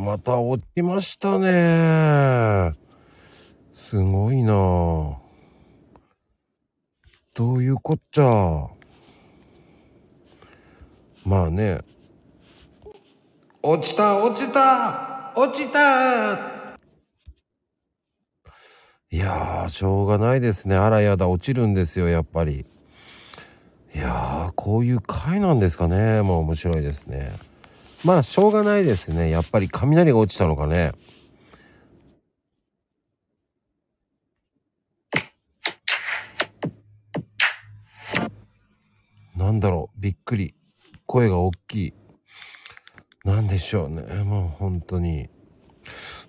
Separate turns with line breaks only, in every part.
また落ちましたね。すごいなぁどういうこっちゃ。まあね。落ちた、落ちた、落ちたいやー、しょうがないですね。あらやだ、落ちるんですよ、やっぱり。いやー、こういう回なんですかね。まあ面白いですね。まあ、しょうがないですね。やっぱり雷が落ちたのかね。なんだろう、びっくり。声が大きい。なんでしょうね。もう本当に。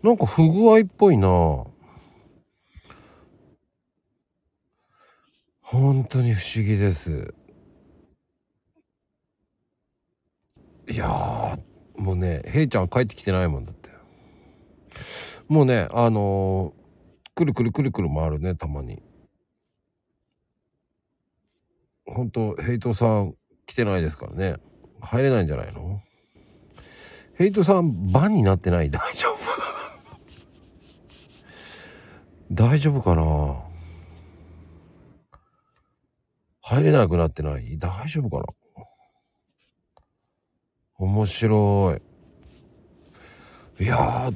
なんか不具合っぽいな本当に不思議です。いやー、もうね、ヘイちゃん帰ってきてないもんだって。もうね、あのー、くるくるくるくる回るね、たまに。本当ヘイトさん来てないですからね入れないんじゃないのヘイトさんバンになってない 大丈夫大丈夫かな入れなくなってない大丈夫かな面白いいやー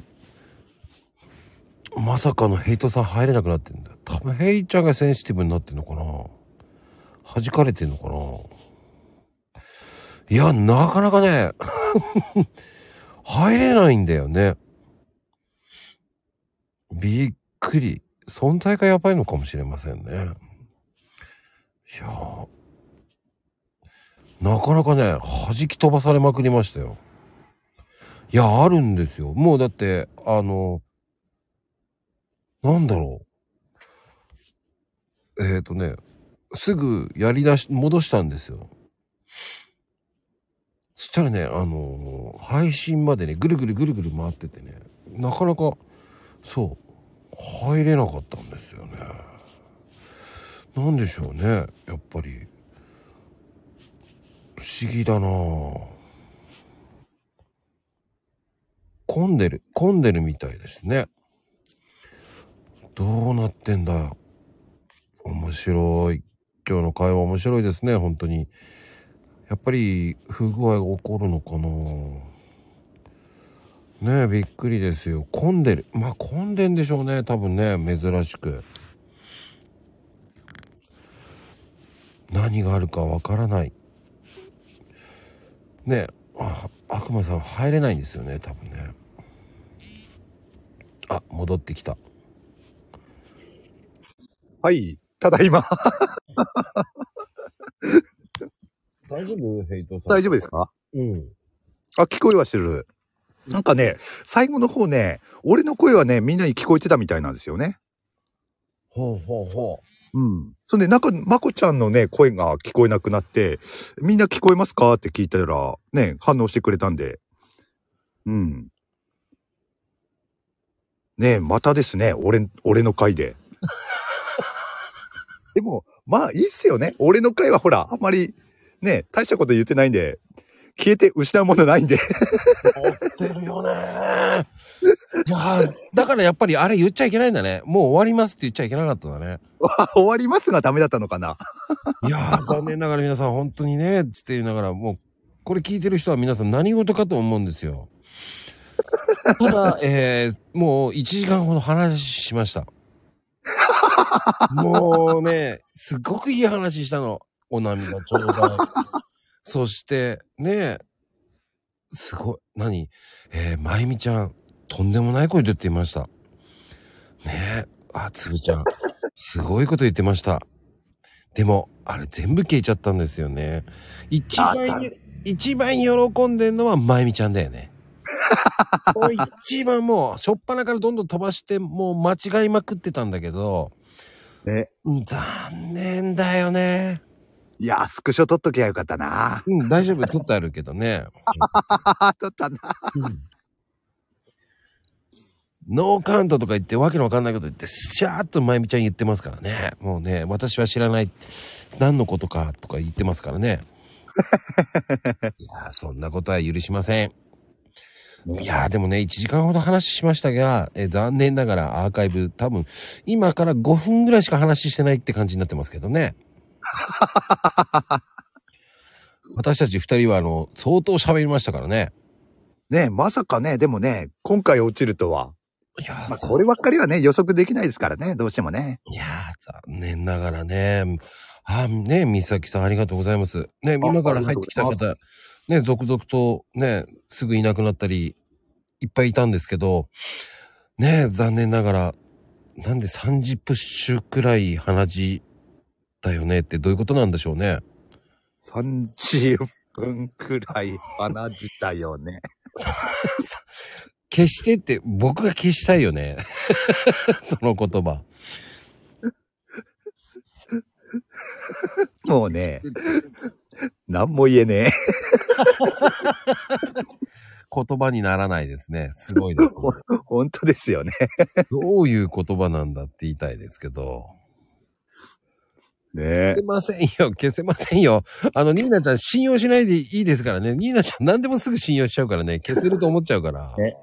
まさかのヘイトさん入れなくなってんだ多分ヘイちゃんがセンシティブになってんのかな弾かれてんのかないや、なかなかね、 入れないんだよね。びっくり。存在がやばいのかもしれませんね。いやーなかなかね、弾き飛ばされまくりましたよ。いや、あるんですよ。もうだって、あの、なんだろう。えっ、ー、とね、すぐやり出し、戻したんですよ。そしたらね、あのー配信までね、ぐるぐるぐるぐる回っててね、なかなか、そう、入れなかったんですよね。なんでしょうね、やっぱり。不思議だなぁ。混んでる、混んでるみたいですね。どうなってんだ面白い今日の会話面白いですね本当にやっぱり不具合が起こるのかなねえびっくりですよ混んでるまあ混んでんでしょうね多分ね珍しく何があるかわからないねえあ悪魔さん入れないんですよね多分ねあ戻ってきた
はい、ただいま。
大丈夫ヘイトさん
大丈夫ですか
うん
あ、聞こえはしてる。なんかね、最後の方ね、俺の声はね、みんなに聞こえてたみたいなんですよね。
ほうほうほ
うん。そんで、なんか、まこちゃんのね、声が聞こえなくなって、みんな聞こえますかって聞いたら、ね、反応してくれたんで。うん。ねまたですね、俺、俺の回で。 でも、まあ、いいっすよね。俺の回はほら、あんまり、ね、大したこと言ってないんで、消えて失うものないんで。
う。持ってるよね。 いやー、だからやっぱりあれ言っちゃいけないんだね。もう終わりますって言っちゃいけなかったんだね。
あ終わりますがダメだったのかない
やー、残念ながら皆さん本当にね、つって言いながら、もう、これ聞いてる人は皆さん何事かと思うんですよ。ただ、えー、もう1時間ほど話しました。 もうね、すごくいい話したの。お涙ちょうだい。そして、ね、すごい、何えー、まゆみちゃん、とんでもない声出ていました。ねえ、あ、つぐちゃん、すごいこと言ってました。でも、あれ全部消えちゃったんですよね。一番に、一番喜んでるのはまゆみちゃんだよね。もう一番もう、初っ端からどんどん飛ばして、もう間違いまくってたんだけど、
ね。
うん残念だよね。
いや、スクショ撮っときゃよかったな
うん、大丈夫、撮ってあるけどね。
撮ったな。
ノーカウントとか言ってわけのわかんないこと言って、シャーっとまゆみちゃん言ってますからね。もうね、私は知らない、何のことかとか言 ってますからね。いやー、そんなことは許しません。いやーでもね、1時間ほど話しましたが、えー残念ながらアーカイブ多分今から5分ぐらいしか話してないって感じになってますけど ね。私たち2人はあの、相当喋りましたからね。
ねまさかね、でもね、今回落ちるとは。
いやー
まあ、こればっかりはね、予測できないですからね、どうしてもね。
いやー残念ながらね。あーね、美咲さんありがとうございます。ね、今から入ってきた
ありがとうござい
方、ね、続々とね、すぐいなくなったり、いっぱいいたんですけど、ね、残念ながら、なんで30プッシュくらい鼻血だよねってどういうことなんでしょうね。
30分くらい鼻血だよね。
消してって僕が消したいよね。 その言葉。
もうね、なんも言えねえ。
言葉にならないですね。すごいですね、
本当ですよね。
どういう言葉なんだって言いたいですけど。
ね
消せませんよ、消せませんよ。あの、ニーナちゃん信用しないでいいですからね。ニーナちゃん何でもすぐ信用しちゃうからね。消せると思っちゃうから。
ね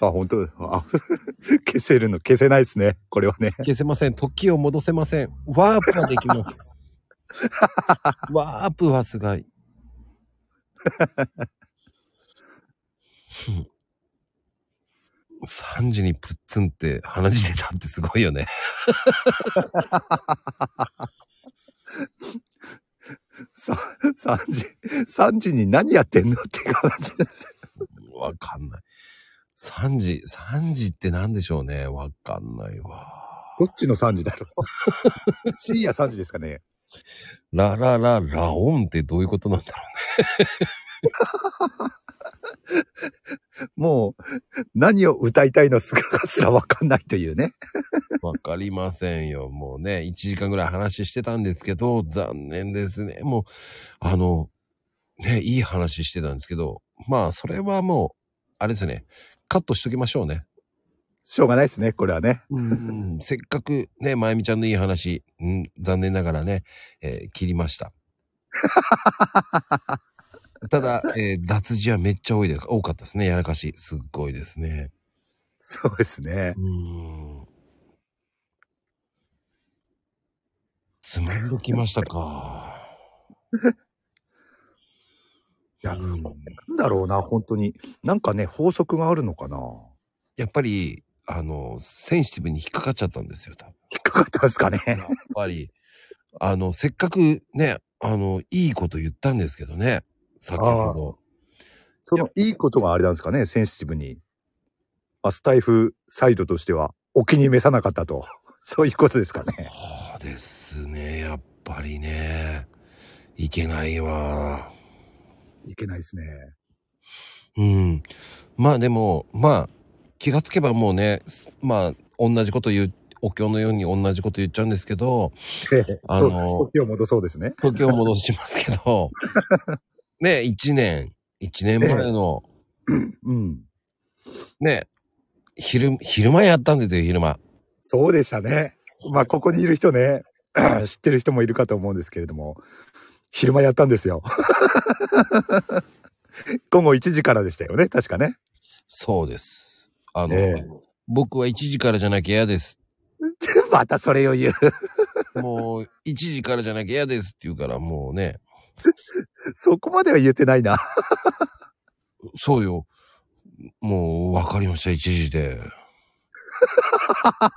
あ、本当あ、 消せるの、消せないですね。これはね。
消せません。時を戻せません。ワープができます。ワープはすごい。3時にプッツンって鼻血出たってすごいよね。
さ、3時、3時に何やってんのっていう話です。
わかんない。3時、3時って何でしょうね。わかんないわ。
どっちの3時だろう深夜3時ですかね。
ララララオンってどういうことなんだろ
もう、何を歌いたいのすかすらわかんないというね。
うわかりませんよ。もうね、1時間ぐらい話してたんですけど、残念ですね。もう、あの、ね、いい話してたんですけど、まあ、それはもう、あれですね、カットしときましょうね。
しょうがないですね、これはね。
うん、せっかくね、まゆみちゃんのいい話、うん、残念ながらね、えー切りま した。ただ、えー脱字はめっちゃ多いで多かったですね。やらかし。すっごいですね。
そうですね。
うん。つまんどきましたか。
いや
うん
なんだろうな、本当に。なんかね、法則があるのかな。
やっぱり、あの、センシティブに引っかかっちゃったんですよ、多分。
引っかかったんですかね。
やっぱり、あの、せっかくね、あの、いいこと言ったんですけどね、先ほど。
そのいいことがあれなんですかね、センシティブに。まあ、スタイフサイドとしては、お気に召さなかった と。そういうことですかね。
そうですね、やっぱりね、いけないわ。
いけないです ね。
うん。まあでも、まあ、気がつけばもうね、まあ、同じこと言う、お経のように同じこと言っちゃうんですけど、あの
時を戻そうですね。
時を戻しますけ ど、ね、1年、1年前の、
うん。
ね、昼、昼間やったんですよ、昼間。
そうでしたね。まあ、ここにいる人ね、 知ってる人もいるかと思うんですけれども、昼間やったんですよ。 午後1時からでしたよね、確かね。
そうです。あの、
ええ
僕は1時からじゃなきゃ嫌です。
またそれを言う。
もう1時からじゃなきゃ嫌ですって言うからもうね、
そこまでは言ってないな。
そうよ。もう分かりました、1時 で。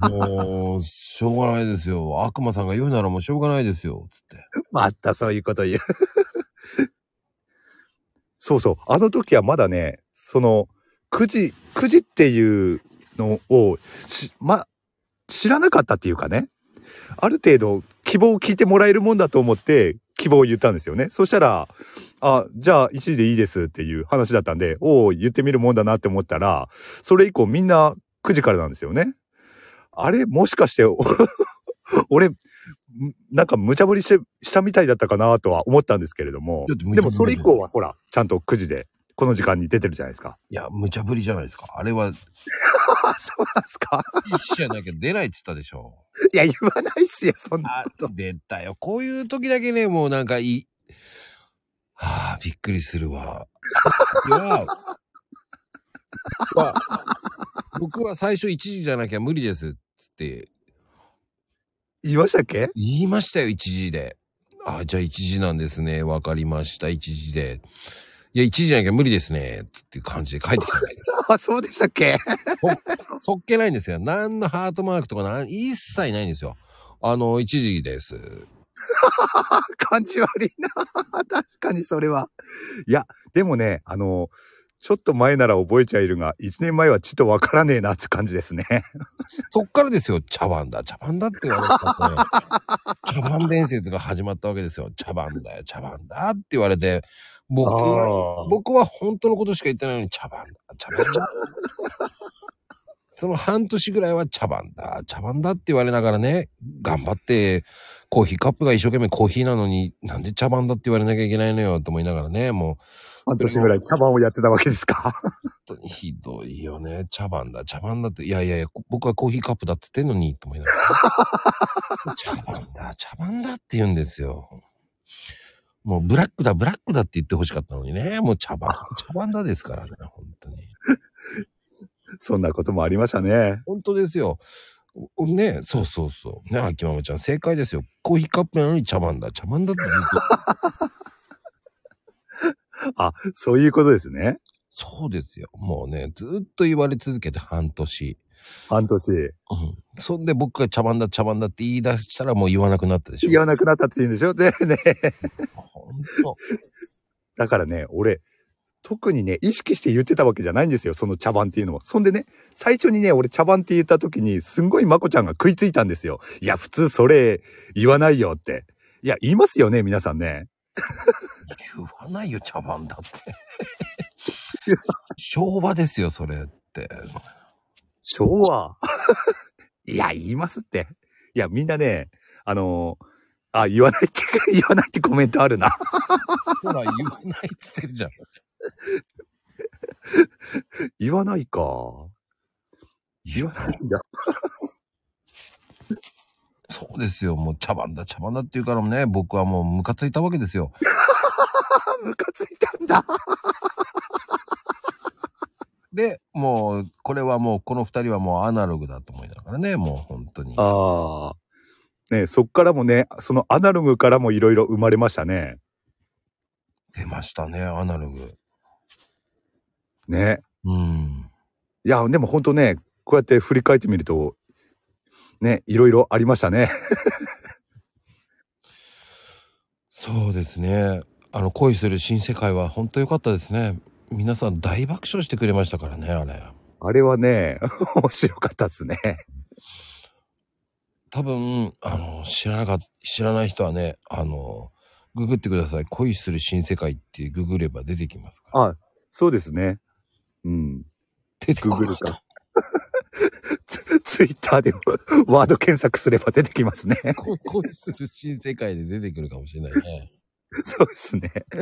もう、しょうがないですよ。悪魔さんが言うならもうしょうがないですよ。つって。
またそういうこと言う。そうそう。あの時はまだね、その、9時、9時っていうのを、し、ま、知らなかったっていうかね。ある程度、希望を聞いてもらえるもんだと思って、希望を言ったんですよね。そしたら、あ、じゃあ1時でいいですっていう話だったんで、おお、言ってみるもんだなって思ったら、それ以降みんな9時からなんですよね。あれ、もしかして、 お俺、んなんか無茶ぶりしてしたみたいだったかなとは思ったんですけれども
だって、無茶ぶり
でもそれ以降はほら、ちゃんと9時で、この時間に出てるじゃないですか。
いや、無茶ぶりじゃないですか。あれは、
あ、そうなんですか。
一時じゃなきゃ出ないって言ったでしょ。
いや、言わないっすよ、そんな
あ
こと。、
出たよ。こういう時だけね、もうなんかいい。はあ、びっくりするわ。いや、は僕は最初1時じゃなきゃ無理ですっつって
言いましたっけ
言いましたよ、1時で。あ、じゃあ1時なんですね。わかりました、1時で。いや、1時じゃなきゃ無理ですね。っていう感じで帰ってきたんですよ。
あ、そうでしたっけ
そっけないんですよ。何のハートマークとかなん一切ないんですよ。あの、1時です。
感じ悪いな。 確かにそれは。いや、でもね、あの、ちょっと前なら覚えちゃいるが、1年前はちょっとわからねえなって感じですね。
そっからですよ、茶番だ、茶番だって言われたって。 茶番伝説が始まったわけですよ。茶番だよ、茶番だって言われて、僕
あ
は
ー、
僕は本当のことしか言ってないのに、茶番だ、茶番だ。その半年ぐらいは茶番だ、茶番だって言われながらね、頑張って、コーヒーカップが一生懸命コーヒーなのに、なんで茶番だって言われなきゃいけないのよ、と思いながらね、もう、
半年ぐらい茶番をやってたわけですか。
本当に ひどいよね。茶番だ、茶番だって。いやいやいや、こ僕はコーヒーカップだって言ってんのに、と思いながら。茶番だ、茶番だって言うんですよ。もうブラックだ、ブラックだって言ってほしかったのにね。もう茶番、茶番だですからね、本当に。
そんなこともありましたね。
本当ですよ。おねそうそうそう。ね秋ママちゃん、正解ですよ。コーヒーカップなのに茶番だ、茶番だって言うと。
あ、そういうことですね。
そうですよ。もうね、ずっと言われ続けて半年。
半年。
うん。そんで僕が茶番だ、茶番だって言い出したらもう言わなくなったでしょ。
言わなくなったって言うんでしょでね。
本当。
だからね、俺、特にね、意識して言ってたわけじゃないんですよ、その茶番っていうのも。そんでね、最初にね、俺茶番って言った時に、すんごいまこちゃんが食いついたんですよ。いや、普通それ言わないよって。いや、言いますよね、皆さんね。
言わないよ、茶番だって。 昭和ですよ、それって。
昭和。 いや、言いますって。いや、みんなね、あのあ、言わないって、 言わないってコメントあるな。
ほら、言わないっつってるじゃん。
言わないか。
言わない
いや。
そうですよ、もう茶番だ、茶番だって言うからもね、僕はもうムカついたわけですよ。
あ、ムカついたんだ。
で、もう、これはもう、この二人はもうアナログだと思いながらね、もう本当に。
ああ。ねそっからもね、そのアナログからもいろいろ生まれましたね。
出ましたね、アナログ。
ね。
うん。
いや、でも本当ね、こうやって振り返ってみると、ね、いろいろありましたね。
そうですね。あの、恋する新世界は本当良かったですね。皆さん大爆笑してくれましたからね、あれ。
あれはね、 面白かったっすね。
多分あの知らなか知らない人はねあのググってください「恋する新世界」ってググれば出てきますから
あそうですね。うん。
出て
ググるか。ツ ツイッターでワード検索すれば出てきますね。
こ 恋する新世界で出てくるかもしれないね
そうですね。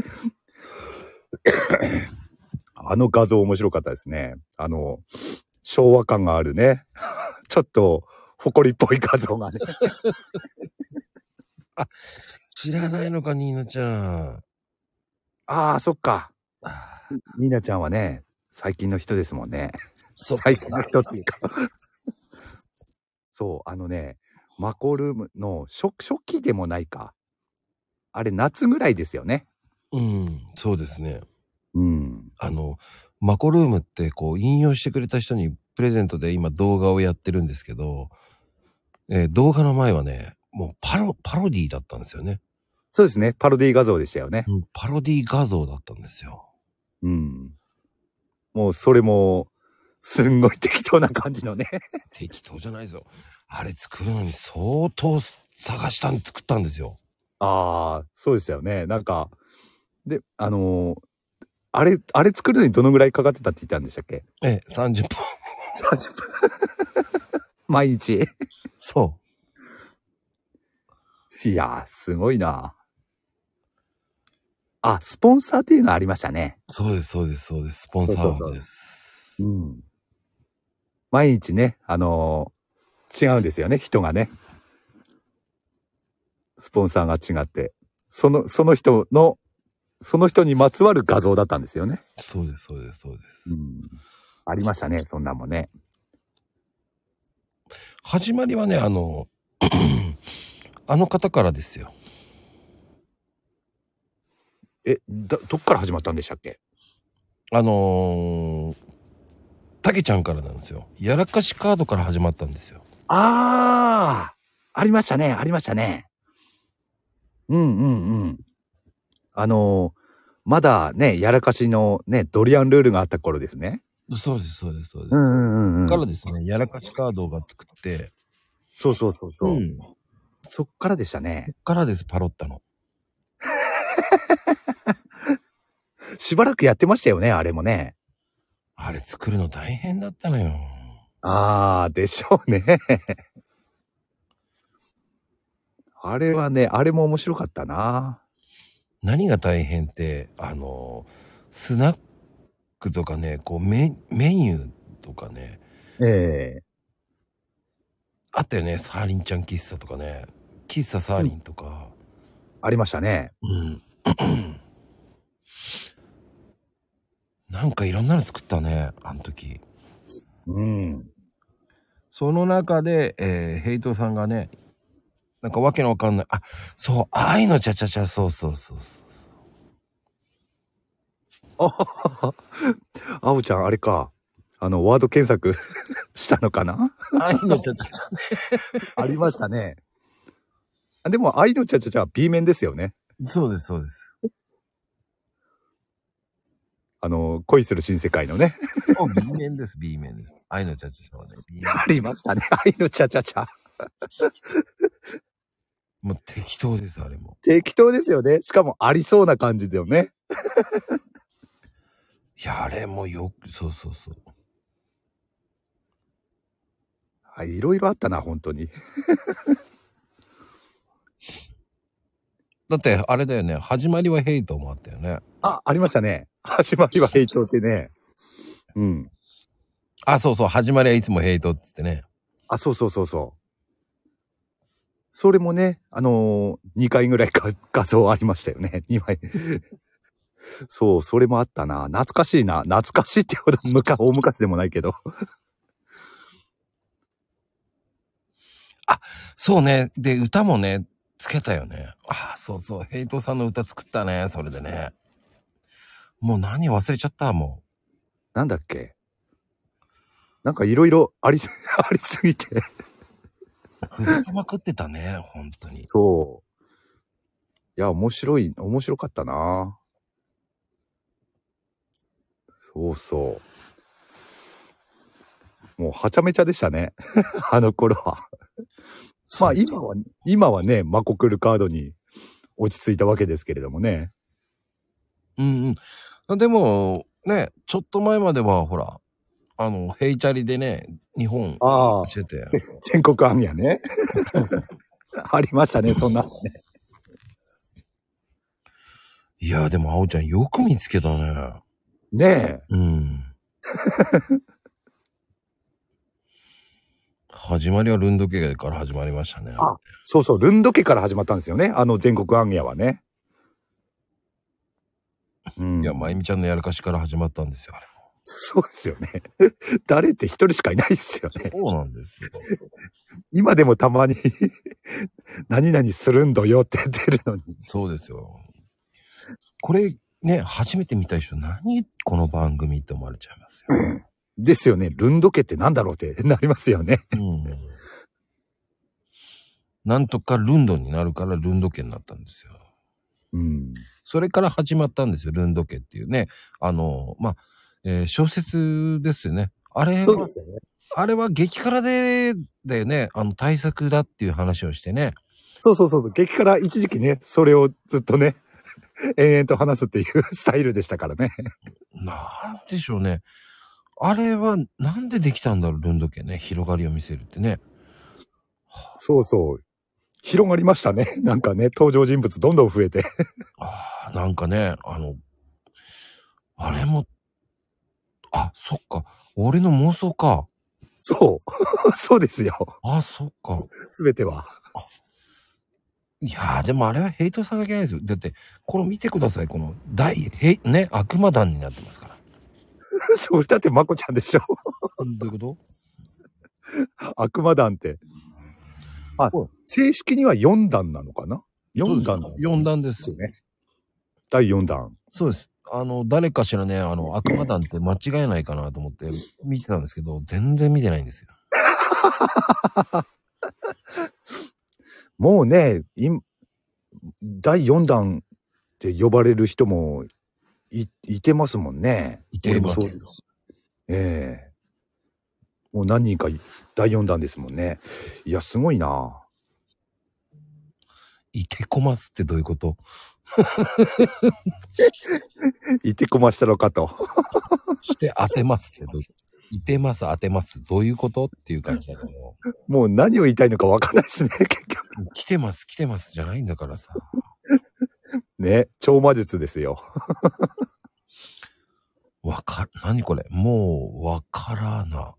あの画像面白かったですね。あの、昭和感があるね。 ちょっと、誇りっぽい画像がね。
知らないのかニーナちゃん
ああ、そっか。
あー
ニーナちゃんはね、最近の人ですもんね。
そ
最近の人っていうか。そう、あのね、マコルームの初初期でもないか。あれ、夏ぐらいですよね。
うんそうですね
うん。
あのマコルームってこう引用してくれた人にプレゼントで今動画をやってるんですけど、えー動画の前はねもうパロパロディーだったんですよね、
そうですね。パロディ画像でしたよね。
うんパロディー画像だったんですよ
うん。もうそれも、すんごい適当な感じのね。
適当じゃないぞあれ作るのに相当探したん作ったんですよ
ああ、そうでしたよね。なんか、で、あのーあれ、あれ作るのにどのぐらいかかってたって言ったんでしたっけ
ええ30分
?30 分。毎日。
そ
いやー、すごいな。あ、スポンサーっていうのありましたね。
うそうですそうですそうですスポンサーです
ん。毎日ね、あのー違うんですよね、人がね。スポンサーが違って。その、その人の、その人にまつわる画像だったんですよね。
そうですそうですそうです
うん。ありましたね、そんなんもね。
始まりはね、あの、 あの方からですよ。
え、だどっから始まったんでしたっけ
あのー、たけちゃんからなんですよ。やらかしカードから始まったんですよ。
ああありましたね、ありましたね。うんうんうん。あのーまだね、やらかしのね、ドリアンルールがあった頃ですね。
そうです、そうです、そうです。
んう
からですね、やらかしカードが作って、
そうそうそうそう、
うんこ
そっからでしたね。
っからです、パロったの。
しばらくやってましたよね、あれもね。
あれ作るの大変だったのよ。
ああ、でしょうね。 あれはね、あれも面白かったな。
何が大変って、あのー、スナックとかね、こうメメニューとかね、
ええ
あったよね、サーリンちゃん喫茶とかね、喫茶サーリンとか。
ありましたね。
うん。なんかいろんなの作ったね、あの時。
うん。
その中で、えーヘイトさんがね、なんかわけのわかんない。あ、そう、愛のちゃちゃちゃ、そうそうそうそう。
あおちゃん、あれか。あの、ワード検索 したのかな
愛のちゃちゃちゃ。
ありましたね。でも、愛のちゃちゃちゃは B 面ですよね。
そうです、そうです。
あの、恋する新世界のね。
そう B 面です、B 面です。愛のちゃちゃちゃはね、B 面
ありましたね。愛のちゃちゃちゃ。
もう適当です、あれも。
適当ですよね。しかも、ありそうな感じだよね。
いや、あれもよく、そうそうそう。
あいろいろあったな、本当に。
だって、あれだよね、始まりはヘイトもあったよね。
あ、ありましたね。 始まりは平等ってね。うん。
あ、そうそう、始まりはいつもヘイトって言ってね。
あ、そうそうそうそう。それもね、あのー、2回ぐらいか 画像ありましたよね。2枚。 そう、それもあったな。懐かしいな。懐かしいってほどむか 大昔でもないけど。
そうね。で、歌もね、つけたよね。ああ、そうそう。ヘイトさんの歌作ったね。それでね。もう何忘れちゃった、も
なんだっけなんかいろいろあり、 ありすぎて。
う。歌まくってたね、本当に。
そう。いや、面白い、面白かったな。そうそう。もうはちゃめちゃでしたね。 あの頃は。まあ今は、今はね、マコクルカードに落ち着いたわけですけれどもね。
うんうん。でも、ね、ちょっと前までは、ほら、あの、ヘイチャリでね、日本
ああ
してて。
全国アミアね。 ありましたね、そんな。
いや、でも、あおちゃんよく見つけたね。
ねえ。
うん。始まりはルンド系から始まりましたね。
あそうそう、ルンド家から始まったんですよね。あの全国アミアはね。うん
いや、まゆみちゃんのやらかしから始まったんですよ、あれも。
そうですよね。誰って一人しかいないですよ ね。
そうなんですよ。
今でもたまに、 何々するんどよって出るのに。
そうですよ。これ、ね、初めて見た人、何この番組って思われちゃいますよ。
ですよね。ルンド家ってなんだろうってなりますよね。
うん。なんとかルンドになるからルンド家になったんですよ。
うん。
それから始まったんですよ、ルンド家っていうね。あの、まあ、えー小説ですよね。あれは、
すよね。
あれは激辛で、だよね、あの、対策だっていう話をしてね。
そうそうそうそう。激辛一時期ね、それをずっとね、延々と話すっていう スタイルでしたからね。
なんでしょうね。あれはなんでできたんだろう、ルンド家ね。広がりを見せるってね。
そうそう。広がりましたね。なんかね、登場人物どんどん増えて。
ああ、なんかね、あの、あれも、あ、そっか。俺の妄想か。
そう。 そうですよ。
あ、そっか。
すべては。
いやー、でもあれはヘイトさんがいけないですよ。だって、この見てください。この、大、へいね、悪魔団になってますから。
それだってまこちゃんでしょ
どういうこと
悪魔団って。あ
うん、
正式には4段なのかな ?4 段なん
四段で
です
す
よ。ね。第4弾。
そうです。あの、誰かしらね、あの、悪魔団って間違えないかなと思って見てたんですけど、全然見てないんですよ。
もうね、今、第4弾って呼ばれる人もいいてますもんね。
いてます
俺もそうです。ええもう何人か第4弾ですもんね。いや、すごいな。
いてこますってどういうこと
いてこましたろかと。
して当てますってどういういてます、当てます、どういうことっていう感じだけど、
もう何を言いたいのかわかんないですね、結局。
来てます、来てますじゃないんだからさ。
ね、超魔術ですよ。
わか、何これもう、わからな。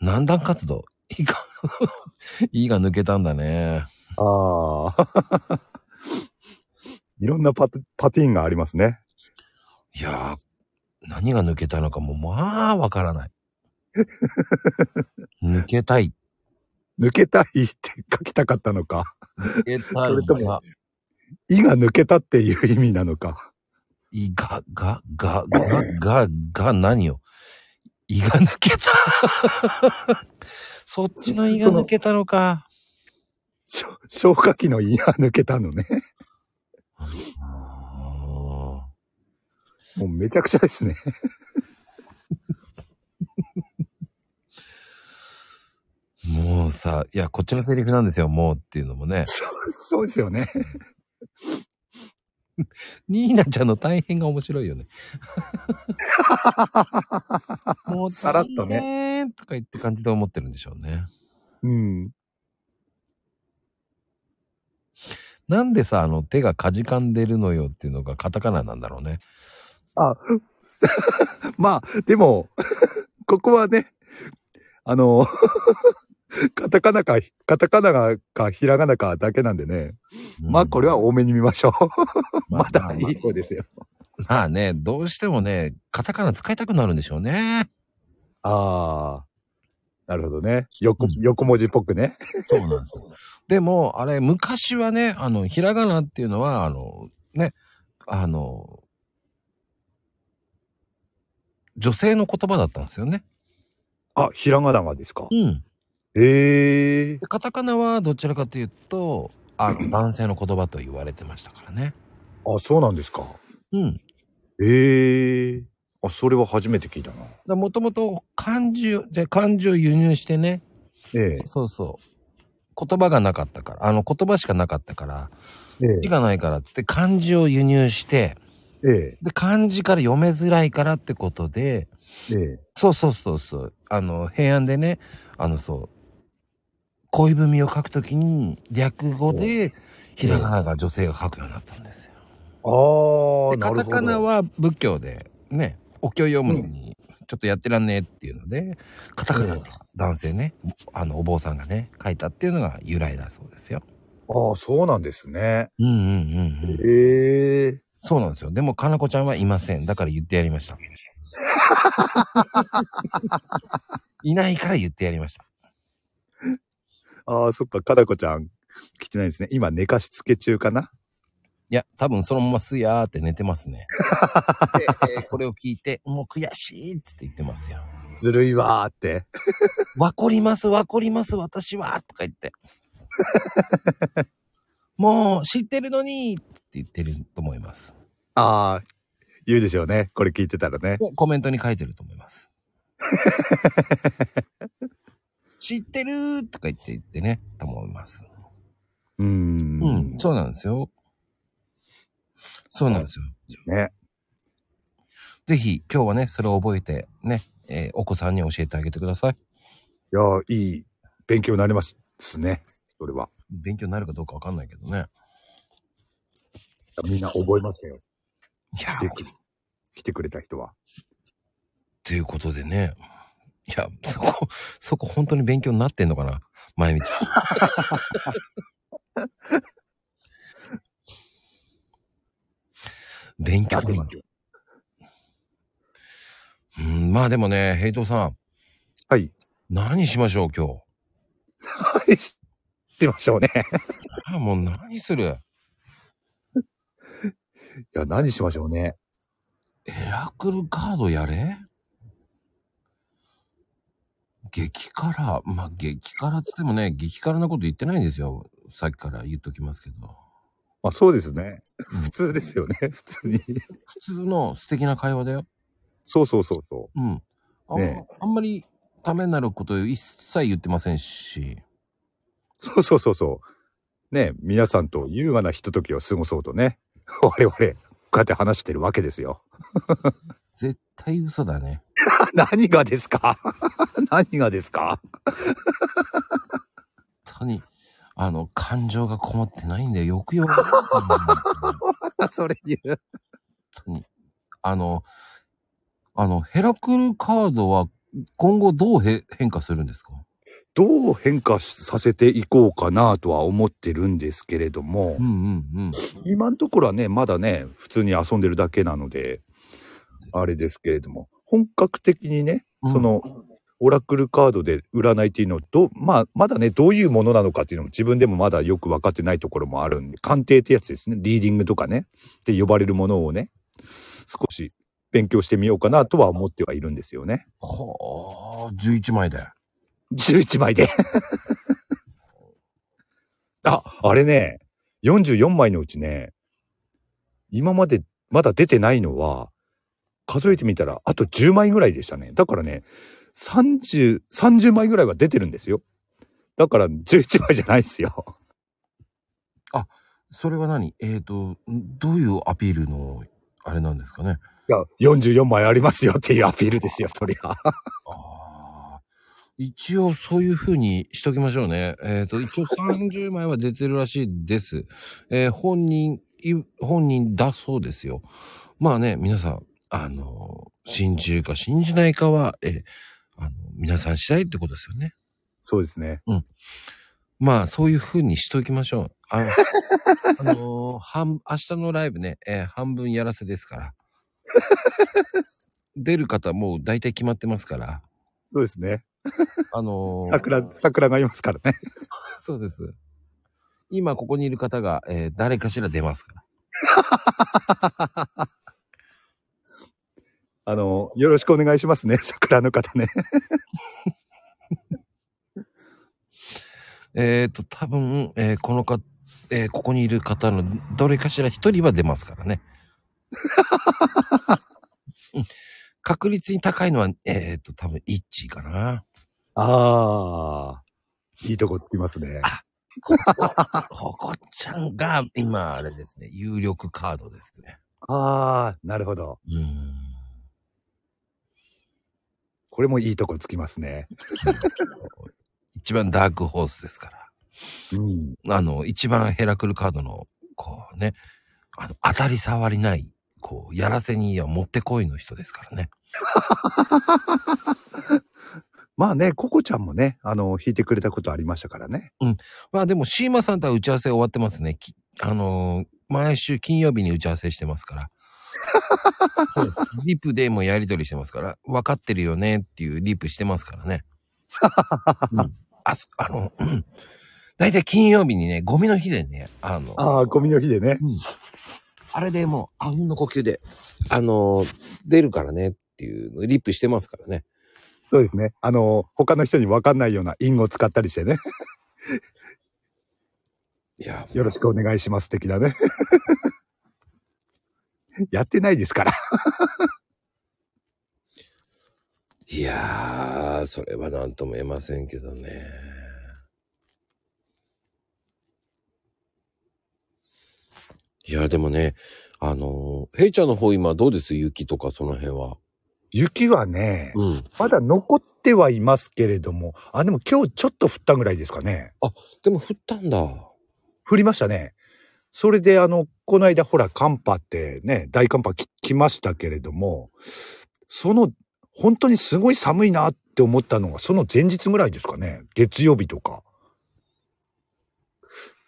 何段活動いいか、いいが抜けたんだね。
ああ。 いろんなパテパティーンがありますね。
いやー、何が抜けたのかも、まあ、わからない。抜けたい。
抜けたいって書きたかったのか、
抜けたい。
それとも、胃が抜けたっていう意味なのか。
いが、が、が、が、が、が、何よ。胃が抜けた。 そっちの胃が抜けたのか。
しょ消化器の胃が抜けたのね。
あ
もうめちゃくちゃですね。
ーもうさ、いや、こっちのセリフなんですよ、もうっていうのもね。
そうそうですよね。
ニーナちゃんの大変が面白いよね。 もう
さらっとね
ね。とか言って感じで思ってるんでしょうね。
うん。
なんでさ、あの手がかじかんでるのよっていうのがカタカナなんだろうね。
まあ、でも、 ここはね、あの、 カタカナか、カタカナがか、ひらがなかだけなんでね。まあ、これは多めに見ましょう。
まあ
まだいい方ですよ。
うんまあね、どうしてもね、カタカナ使いたくなるんでしょうね。
ああ。なるほどね。横、
うん
横文字っぽくね。
そうなんですよ。でも、あれ、昔はね、あの、ひらがなっていうのは、あの、ね、あの、女性の言葉だったんですよね。
あ、ひらがながですか。
うん。
ええ
でカタカナはどちらかというとあ の男性の言葉と言われてましたからね。
あ、そうなんですか。
うん。
ええあ、それは初めて聞いたな。
もともと漢字をで漢字を輸入してね
え
そうそう言葉がなかったからあの言葉しかなかったから
え
字がないからっつって漢字を輸入して
ええ
で漢字から読めづらいからってことで
ええ
そうそうそうそうあの平安でねあのそう恋文を書くときに略語でひらがなが女性が書くようになったんですよ。
ああ、
で
な
カ
る
タ
ほど。
カナは仏教でねお経を読むのにちょっとやってらんねえっていうので、カタカナ
ええ
が男性ねあのお坊さんがね書いたっていうのが由来だそうですよ。
ああ、そうなんですね。
うんうんうんうん、
ええ
そうなんですよでもかなこちゃんはいませんだから言ってやりました。いないから言ってやりました。
ああ、そっか、かだこちゃん来てないですね。今寝かしつけ中かな。
いや、多分そのまますやーって寝てますね。で、えーこれを聞いて、もう悔しいっつって言ってますよ。
ずるいわーって。
わかります、わかります、私は、とか言って。もう知ってるのにって言ってると思います。
ああ、言うでしょうね。これ聞いてたらね。
でコメントに書いてると思います。知ってるとか言って言ってね、と思います。
うーん
うん、そうなんですよ。そうなんですよ。
ね。
ぜひ今日はね、それを覚えてね、えーお子さんに教えてあげてください。
いやー、いい勉強になりますですね。それは。
勉強になるかどうかわかんないけどね。
みんな覚えましたよ。
いやー
で来てくれた人は。
っていうことでね。いや、そこ、そこ本当に勉強になってんのかな前 みたいに。勉強になる。うん、まあでもね、ヘイトさん。
はい。
何しましょう、今日。
はい、ししましょうね。
あもう何する
いや、何しましょうね。
エラクルカードやれ激辛。まあ、激辛っつってもね、激辛なこと言ってないんですよ。さっきから言っときますけど。
まあそうです ね。
うん
普通ですよね。普通に。
普通の素敵な会話だよ。
そうそうそうそ
うん。あ,、
ね
あんまりためになること一切言ってませんし。
う。そうそうそうそう。ね、皆さんと優雅なひとときを過ごそうとね。我々、こうやって話してるわけですよ。
絶対嘘だね。
何がですか 何がですか
本当に、あの、感情がこもってないんだよ。よくよくわかんない本
またそれ言う。
当に。あの、あの、ヘラクルカードは今後どうへ変化するんですか
どう変化しさせていこうかなとは思ってるんですけれども
う、んうんうん。
今のところはね、まだね、普通に遊んでるだけなので、あれですけれども、本格的にね、
うん
その、オラクルカードで占いっていうのをどう、まあ、まだね、どういうものなのかっていうのも自分でもまだよく分かってないところもあるんで、鑑定ってやつですね。リーディングとかね、って呼ばれるものをね、少し勉強してみようかなとは思ってはいるんですよね。
ほー、11枚で。
11枚で。あ、あれね、44枚のうちね、今までまだ出てないのは、数えてみたら、あと10枚ぐらいでしたね。だからね、30、30枚ぐらいは出てるんですよ。だから11枚じゃないですよ。
それは何えっ、と、どういうアピールの、あれなんですかね。
いや、44枚ありますよっていうアピールですよ、そりゃ。
ああ。一応そういう風にしときましょうね。えっ、と、一応30枚は出てるらしいです。 えー本人、い本人だそうですよ。まあね、皆さん、あの信じるか信じないかは、えーあの、皆さん次第ってことですよね。
そうですね。
まあ、そういう風にしときましょう。あの、あのー半、明日のライブね、えー半分やらせですから。出る方もう大体決まってますから。
そうですね。
あのー
桜、桜がいますからね。
そうです。今ここにいる方が、えー誰かしら出ますから。
あの、よろしくお願いしますね、桜の方ね。
えっ、と、多分、えーこのか、えーここにいる方のどれかしら一人は出ますからね。うん確率に高いのは、えっ、と、多分、イッチーかな。
ああ、いいとこつきますね。
ここ、ここちゃんが、今、あれですね、有力カードですね。
ああ、なるほど。
うーん。
これもいいとこつきますね。
一番ダークホースですから。
うん。
あの、一番ヘラクルカードの、こうね、あの、当たり障りない、こう、やらせにはもってこいの人ですからね。
まあね、ココちゃんもね、あの、弾いてくれたことありましたからね。
まあでも、シーマさんとは打ち合わせ終わってますね。きあのー毎週金曜日に打ち合わせしてます から。そうですリプでもやり取りしてますから、分かってるよねっていうリプしてますからね。 うんあそあの、うん大体金曜日にね、ゴミの日でね、あの、
ああ、ゴミの日でね。
あれでもう、あうんの呼吸で、あのー、出るからねっていうの、リップしてますからね。
そうですね。あの、他の人に分かんないようなインを使ったりしてね。
いや、
よろしくお願いします、的なね。 やってないですから。
いやー、それは何とも言えませんけどね。いや、でもね、あのー、ヘイちゃんの方今どうです雪とかその辺は。
雪はね、
うん。
まだ残ってはいますけれども、あ、でも今日ちょっと降ったぐらいですかね。
でも降ったんだ。
降りましたね。それであの、この間ほら寒波ってね、大寒波き来ましたけれども、その、本当にすごい寒いなって思ったのが、その前日ぐらいですかね。月曜日とか。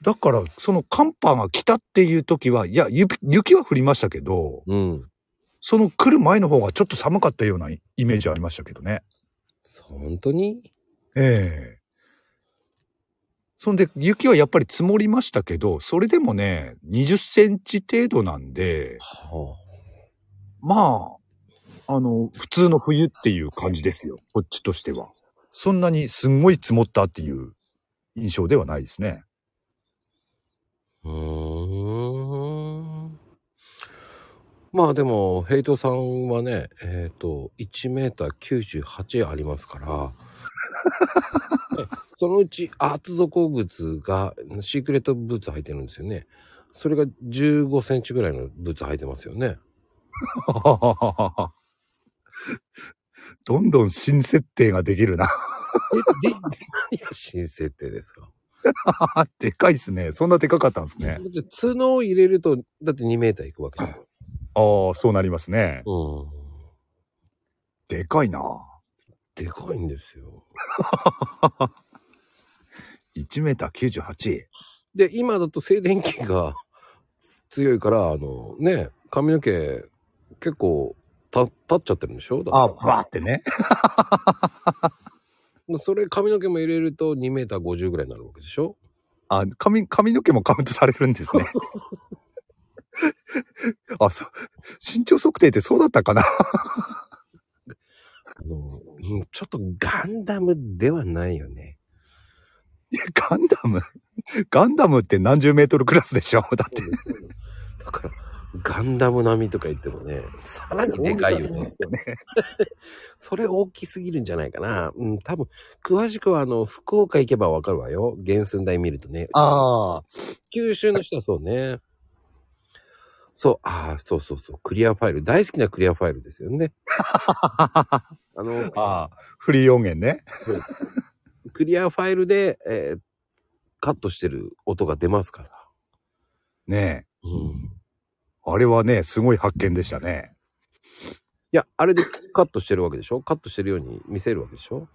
だから、その寒波が来たっていう時は、いや、雪雪は降りましたけど、
うん。
その来る前の方がちょっと寒かったようなイメージありましたけどね。
本当に
ええそんで、雪はやっぱり積もりましたけど、それでもね、20センチ程度なんで、
は
まあ、あの、普通の冬っていう感じですよ。こっちとしては。そんなにすんごい積もったっていう印象ではないですね。
あ。うーん。まあでも、ヘイトさんはね、えっ、と、1メーター98あります から、ねそのうち厚底靴が、シークレットブーツ履いてるんですよね。それが15センチぐらいのブーツ履いてますよ ね。
どんどん新設定ができるな。
え、で、何が新設定ですか
でかいっすね。そんなでかかったんですね。
だって角を入れると、だって2メーターいくわけじゃん。
ああ、そうなりますね。
うん。
でかいな。
でかいんですよ。
1メーター98。
で、今だと静電気が強いから、あの、ね、髪の毛、結構、た、立っちゃってるんでしょだ
あ、
か
バーってね。
らそれ髪の毛も入れると2メーター50ぐらいになるわけでしょ
あ、髪、髪の毛もカウントされるんですね。あ、そう、身長測定ってそうだったかな。
あの、うんちょっとガンダムではないよね。
いやガンダムガンダムって何十メートルクラスでしょ だって。
だから、ガンダム並みとか言ってもね、さらにでかいよね。
そうですよね。
それ大きすぎるんじゃないかな。うん、多分、詳しくはあの、福岡行けばわかるわよ。原寸大見るとね。
ああ、
九州の人はそうね。そう、ああ、そうそうそう。クリアファイル。大好きなクリアファイルですよ ね。あの、
ああ、フリー音源ね。
そうクリアファイルで、えーカットしてる音が出ますから。
ねえ。
うん。
あれはね、すごい発見でしたね。
いや、あれでカットしてるわけでしょカットしてるように見せるわけでしょ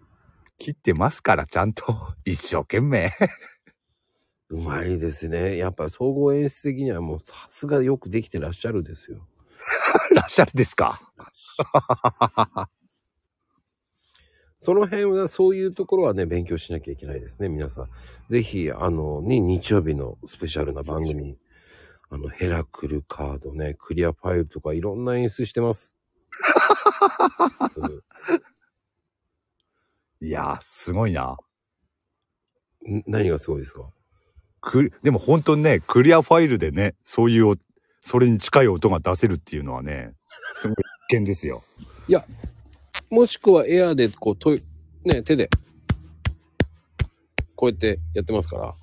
切ってますから、ちゃんと。 一生懸命。
うまいですね。やっぱ総合演出的にはもうさすがよくできてらっしゃるですよ。
らっしゃるですか。
その辺はそういうところはね、勉強しなきゃいけないですね、皆さん。ぜひ、あの、に日曜日のスペシャルな番組、あの、ヘラクルカードね、クリアファイルとかいろんな演出してます。うん
いやー、すごいな。
ん何がすごいですか
くでも本当にねクリアファイルでねそういうおそれに近い音が出せるっていうのはねすごい危険ですよ。
もしくはエアーでこう、といね、手で、こうやってやってますから。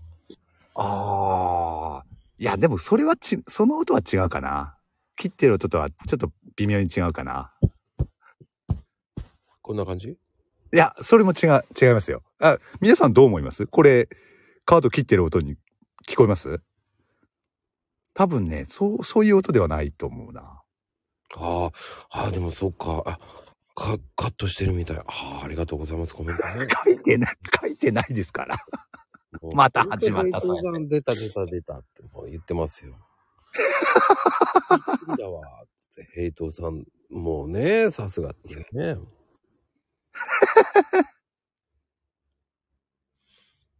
ああいやでもそれはちその音は違うかな。切ってる音とはちょっと微妙に違うかな。
こんな感じ
いやそれも違う違いますよ。あ皆さんどう思いますこれカード切ってる音に聞こえます多分ねそうそういう音ではないと思うな。
ああ、ああ、でもそっか。あかカットしてるみたい。ああ、ありがとうございます。コメントね。
書いてない書いてないですから。また始まった
ぞ。
ぞ
本当に出た出た出たってもう言ってます よ。びっくりだわ。つって、ヘイトさん、もうね、さすがっていうね。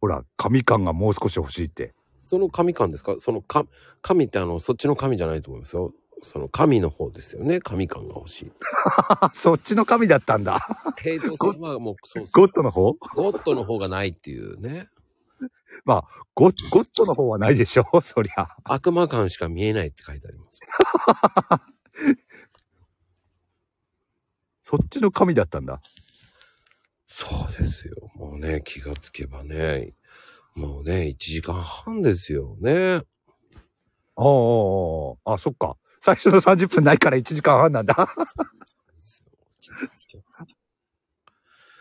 ほら紙感がもう少し欲しいって。
その神感ですかそのか神ってあの、そっちの神じゃないと思いますよ。その神の方ですよね。神感が欲しい。
あそっちの紙だったんだ。
ヘイトさんはもう、そうそう
ゴッドの方
ゴッドの方がないっていうね。
ゴッ、ゴッドの方はないでしょそりゃ。
悪魔感しか見えないって書いてあります。
そっちの紙だったんだ。
そうですよ。もうね、気がつけばね、もうね、1時間半ですよね。
おうおうおうあ、そっか。最初の30分ないから1時間半なんだ。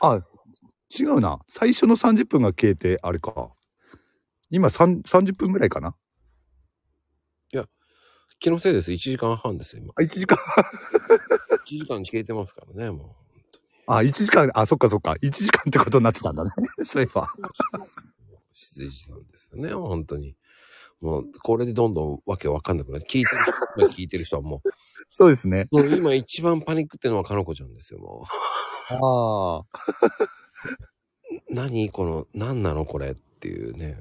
あ、違うな。最初の30分が消えて、あれか。今3、30分ぐらいかな。
気のせいです。1時間半ですよ。今。
あ、1時間。
1時間消えてますからね、も
あ、1時間、あ、そっかそっか。1時間ってことになってたんだね。 そういえ
う。
ば。
羊さんですよね、本当に。もう、これでどんどんわけわかんなくなって、聞いてる人は聞いてる人はもう、
そうですね。
そう今一番パニックってのはかのこちゃんですよ、も
ああ。
う。何この、何なのこれっていうね。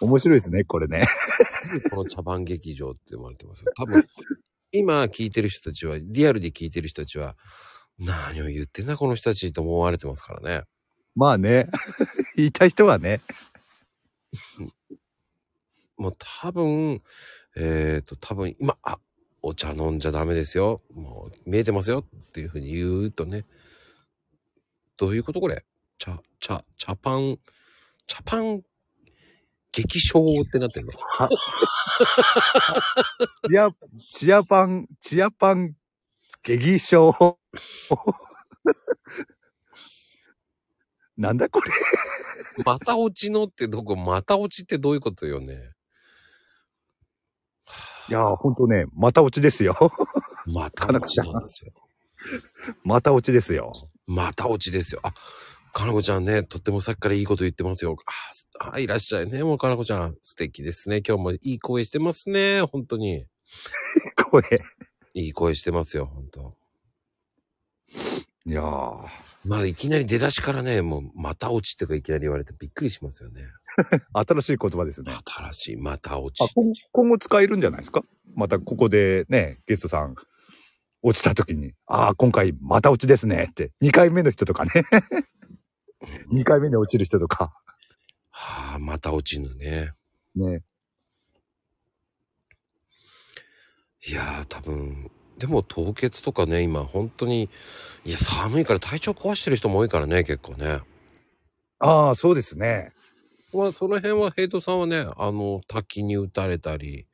面白いですね、これね。
この茶番劇場って呼ばれてますよ。多分、今聞いてる人たちは、リアルで聞いてる人たちは、何を言ってんだこの人たちと思われてますからね。
まあね。 言いたい人はね。
もう多分、えっ、と、多分今、あ、お茶飲んじゃダメですよ。もう見えてますよっていうふうに言うとね。どういうことこれ茶、茶、茶パン、茶パン、激症ってなってるの
チア、チアパン、チアパン、劇場。 なんだこれ。
また落ちのってどこ、また落ちってどういうことよね。
いやー、ほんとね、また落ちですよ。
また落ちなんですよ。
また落ちです よ。
また落ちですよ。あ、かなこちゃんね、とってもさっきからいいこと言ってますよ。あすあ、いらっしゃいね。もうかなこちゃん、素敵ですね。今日もいい声してますね。本当に。
これ。
いい声してますよ、本当
いやー、
まあ、いきなり出だしからね、もう、また落ちってかいきなり言われてびっくりしますよね。
新しい言葉ですね。
新しい、また落
あ
ち。
今今後使えるんじゃないですかまたここでねゲストさん落ちた時に「ああ今回また落ちですね」って2回目の人とか ね2回目で落ちる人とか
はあ、また落ちぬね。
ね
いやー、多分、でも凍結とかね、今本当に、いや、寒いから体調壊してる人も多いからね、結構ね。
ああそうですね
まあ、その辺はヘイトさんはね、あの、滝に打たれた り、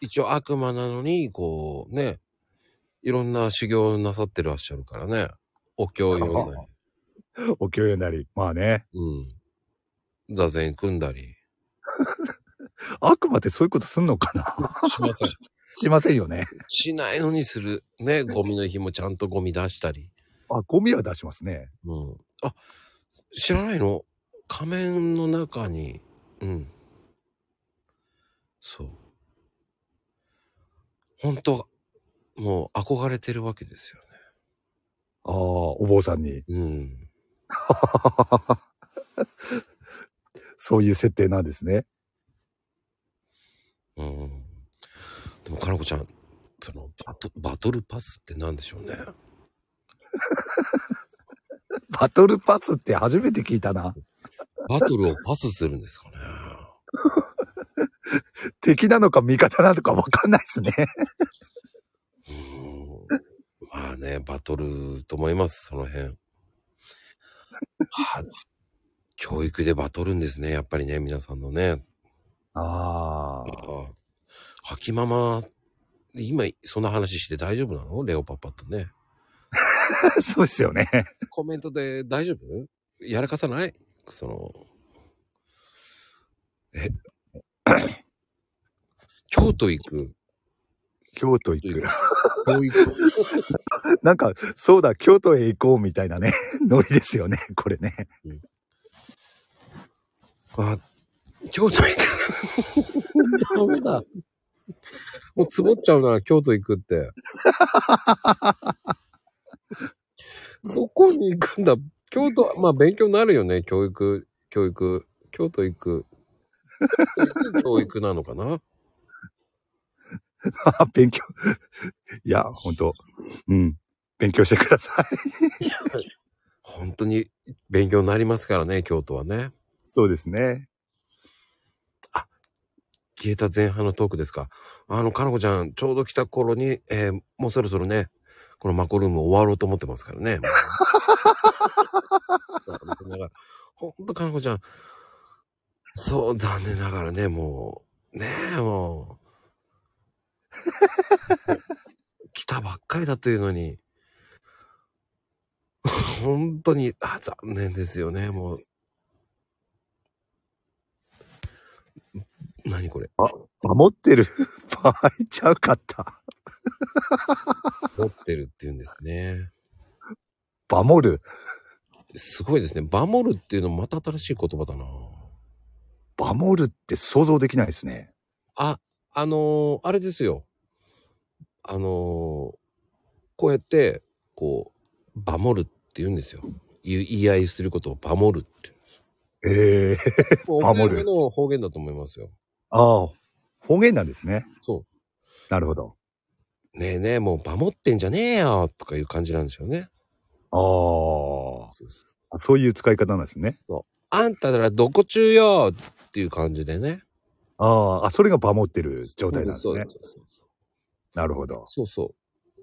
一応悪魔なのに、こう、ね、いろんな修行をなさってらっしゃるからね、お経を読んだり、
お経読んだりまあね
うん、座禅組んだり、
悪魔ってそういうことすんのか な
しません。
しませんよね
しないのにする、ね、ゴミの日もちゃんとゴミ出したり、
あゴミは出しますね
うん。あ、知らないの仮面の中に、うん。そう。本当もう憧れてるわけですよ
ああお坊さんに
ね。うん。
そういう設定なんですね
うん。でも、かなこちゃん、そのバト、バトルパスって何でしょうね。
バトルパスって初めて聞いたな
バトルをパスするんですかね。
敵なのか味方なのかわかんないですね
うん。まあね、バトルと思います、その辺。はあ教育でバトるんですね、やっぱりね、皆さんのね。あ
ああ
あ。きママ、今、そんな話して大丈夫なのレオパパとね。
そうですよね。
コメントで大丈夫やらかさないその、え、 京都行く。
京都行く。
教育。
なんか、そうだ、京都へ行こうみたいなね、 ノリですよね、これね。
あ、京都行く。ダメだ。もうつぼっちゃうな、京都行くって。どこに行くんだ京都、まあ勉強になるよね、教育、教育。京都行く。教育なのかな
あ勉強。 いや、ほんと。うん。勉強してください。
本当に勉強になりますからね、京都はね。
そうですね。
消えた前半のトークですか。あの、かのこちゃん、ちょうど来た頃に、えーもうそろそろね、このマコルーム終わろうと 思ってますからね。残念ながらほんと、かのこちゃん、そう、残念ながらね、もう、ねえ、もう、 来たばっかりだというのに、 本当に、あ、残念ですよね、もう。何これ
守ってる 場合ちゃうかった。
持ってるっていうんですね。
守る。
すごいですね。守るっていうのもまた新しい言葉だな。
守るって想像できないですね。
あ、あのーあれですよ。あのーこうやって、こう、バモるって言うんですよ。言い言い合いすることをバモるって。
ええ バモる
沖縄の方言だと思いますよ。
ああ、方言なんですね。
そ
なるほど。
う。ねえねえ、もうバモってんじゃねえよとかいう感じなんですよね。
あ
そうそう
あ、そういう使い方なんですね。
あんたならどこ中よっていう感じでね。
あああ、それがバモってる状態なんです
そうそ
ね
う。そうそうそう。
なるほど。
そうそう。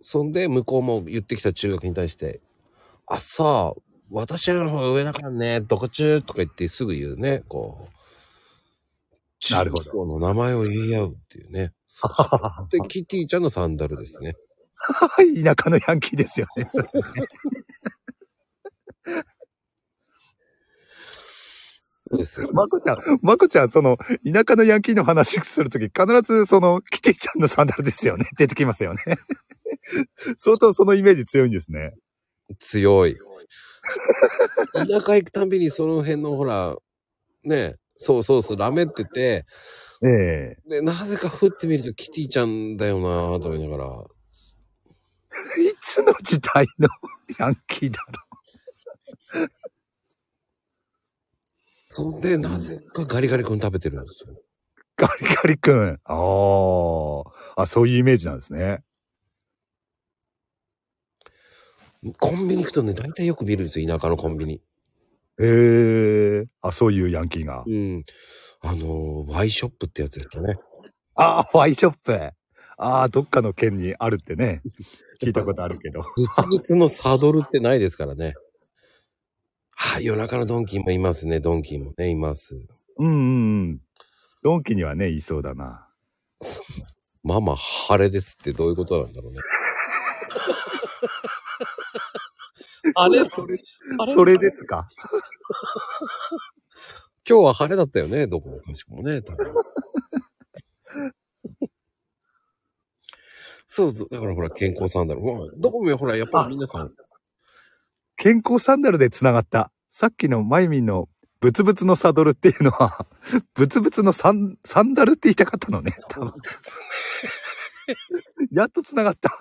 そんで、向こうも言ってきた中学に対して、あ、さあ、私らの方が上だからね、どこ中とか言ってすぐ言うね、こう。
なるほど
中学校の名前を言い合うっていうね。そうそうで、キティちゃんのサンダルですね。
はい、田舎のヤンキーですよね。それ
そうですよ。
まこちゃん、まこちゃん、その、田舎のヤンキーの話するとき、必ずその、キティちゃんのサンダルで すよね。出てきますよね。相当そのイメージ強いんですね。
強い。田舎行くたんびにその辺のほら、ね、そうそうそう、ラメってて、
ええ
で、なぜか降ってみるとキティちゃんだよなぁと思いながら、
いつの時代のヤンキーだろ
そんで、なぜかガリガリ君食べてるんですよ。
う。ガリガリ君。ああ。あ、そういうイメージなんですね。
コンビニ行くとね、大体よく見るんですよ、田舎のコンビニ。
ええあ、そういうヤンキーが。
うん。あのー、ワイショップってやつですかね。
ああ、ワイショップ。ああ、どっかの県にあるってね。聞いたことあるけど。
ぶつぶつのサドルってないですからね。はい、夜中のドンキーもいますね、ドンキーもね、います。
うんうんうん。ドンキにはね、いそうだな。
ママ、晴れですってどういうことなんだ ろうね。あれそれ、あれ
それですか
今日は晴れだったよね、どこの会社もね、多分。 そうそう、だからほら、健康サンダル。もうどこもほら、やっぱり皆さん、
健康サンダルでつながった。さっきのマイミンのブツブツのサドルっていうのは、 ブツブツのサンサンダルって言いたかったのね。 多分やっとつながった。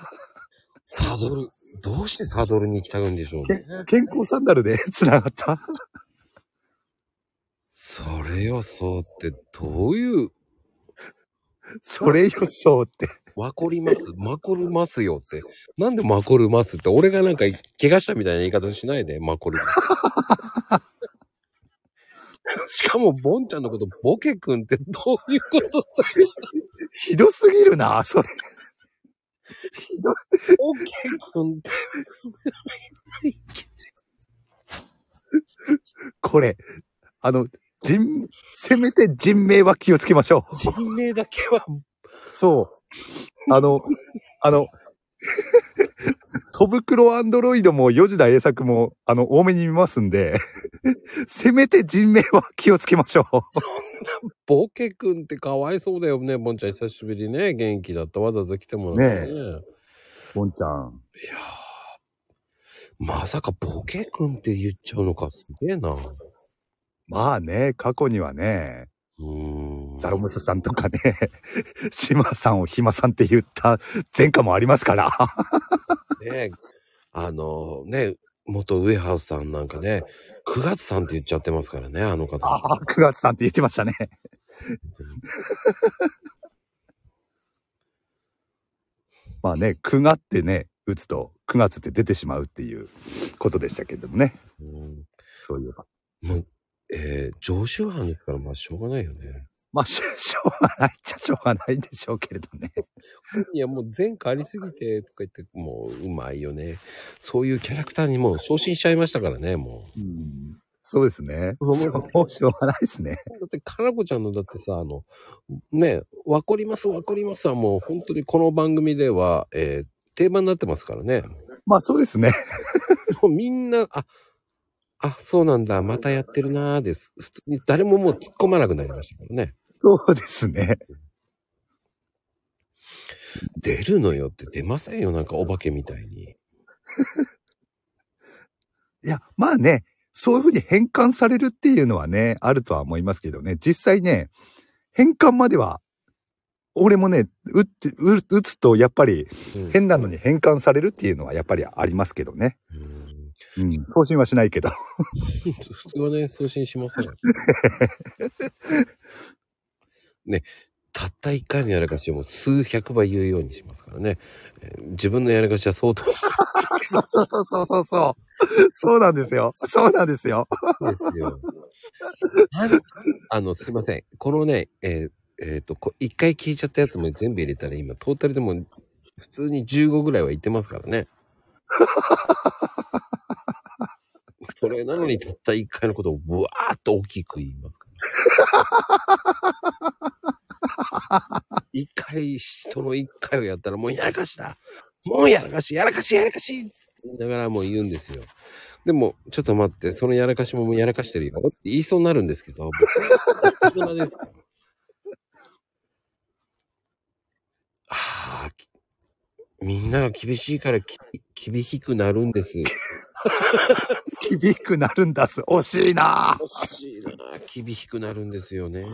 サドル、どうしてサドルに行きたがるんでしょうね。
健康サンダルでつながった。
それをそうって、どういう、
それ予想って。
わこります、まこるますよって。なんでまこるますって、俺がなんか怪我したみたいな言い方しないで、まこる ます。しかも、ボンちゃんのこと、ボケくんってどういうこと
ひどすぎるな、それ。ひどい。
ボケくんって。
これ、あの、人、せめて人名は気をつけましょう。
人名だけは、
そう。あの、あの、トブクロアンドロイドも吉田栄作も、あの、多めに見ますんで、せめて人名は気をつけましょう。
ボケくんってかわいそうだよね、ボンちゃん久しぶりね。元気だった。わざわざ来てもらってね。
ボンちゃん。
いやーまさかボケくんって言っちゃうのか、すげえな。う
まあね、過去にはね、
ーん。
ザロムスさんとかね、シマさんをヒマさんって言った前科もありますから。
ねあのね、元ウエハースさんなんかね、9月さんって言っちゃってますからね、あの方。
ああ、9月さんって言ってましたね。 まあね、9月ってね、打つと9月って出てしまうっていうことでしたけれどもね。
うん
そういえば。
もう、えー常習犯ですから、まあしょうがないよ ね。
まあ、し ょしょうがないっちゃしょうがないんでしょうけれどね。
いや、もう前科ありすぎて、とか言って、もううまいよね。そういうキャラクターにもう昇進しちゃいましたからね、もう。
うん、そうですね。
そう
もうしょうがないですね。
だって、かなこちゃんのだってさ、あの、ね、わかります、わかりますはもう本当にこの番組では、えー定番になってますからね。
まあ、そうですね。
もうみんな、あ、あ、そうなんだ、またやってるなーです。普通に誰ももう突っ込まなくなりましたからね。
そうです ね。
出るのよって出ませんよ、なんかお化けみたいに。
いや、まあね、そういうふうに変換されるっていうのはね、あるとは思いますけどね、実際ね、変換までは俺もね、打って、打打つとやっぱり
うん
変なのに変換されるっていうのはやっぱりありますけどね。
うん
うん。送信はしないけど。
普通はね、送信しません。ね、たった一回のやらかしをもう数百倍言うようにしますからね。えー自分のやらかしは相当
そうそうそうそうそうそう。そうなんですよ。そうなんですよ。
ですよ。なんあの、すいません。このね、えっ、えーと、こ一回聞いちゃったやつも全部入れたら今、トータルでも普通に15ぐらいはいってますから ね。それなのにたった一回のことをブワーッと大きく言いますから、ね。一回、人の一回をやったらもうやらかしだ。もうやらかし、やらかし、やらかしって言いながらもう言うんですよ。でも、ちょっと待って、そのやらかしももうやらかしてるよって言いそうになるんですけ ど、僕大人ですから。ああ、きみんなが厳しいからき厳しくなるんです。
厳しくなるんだす。惜しいな
惜しいな厳しくなるんですよね。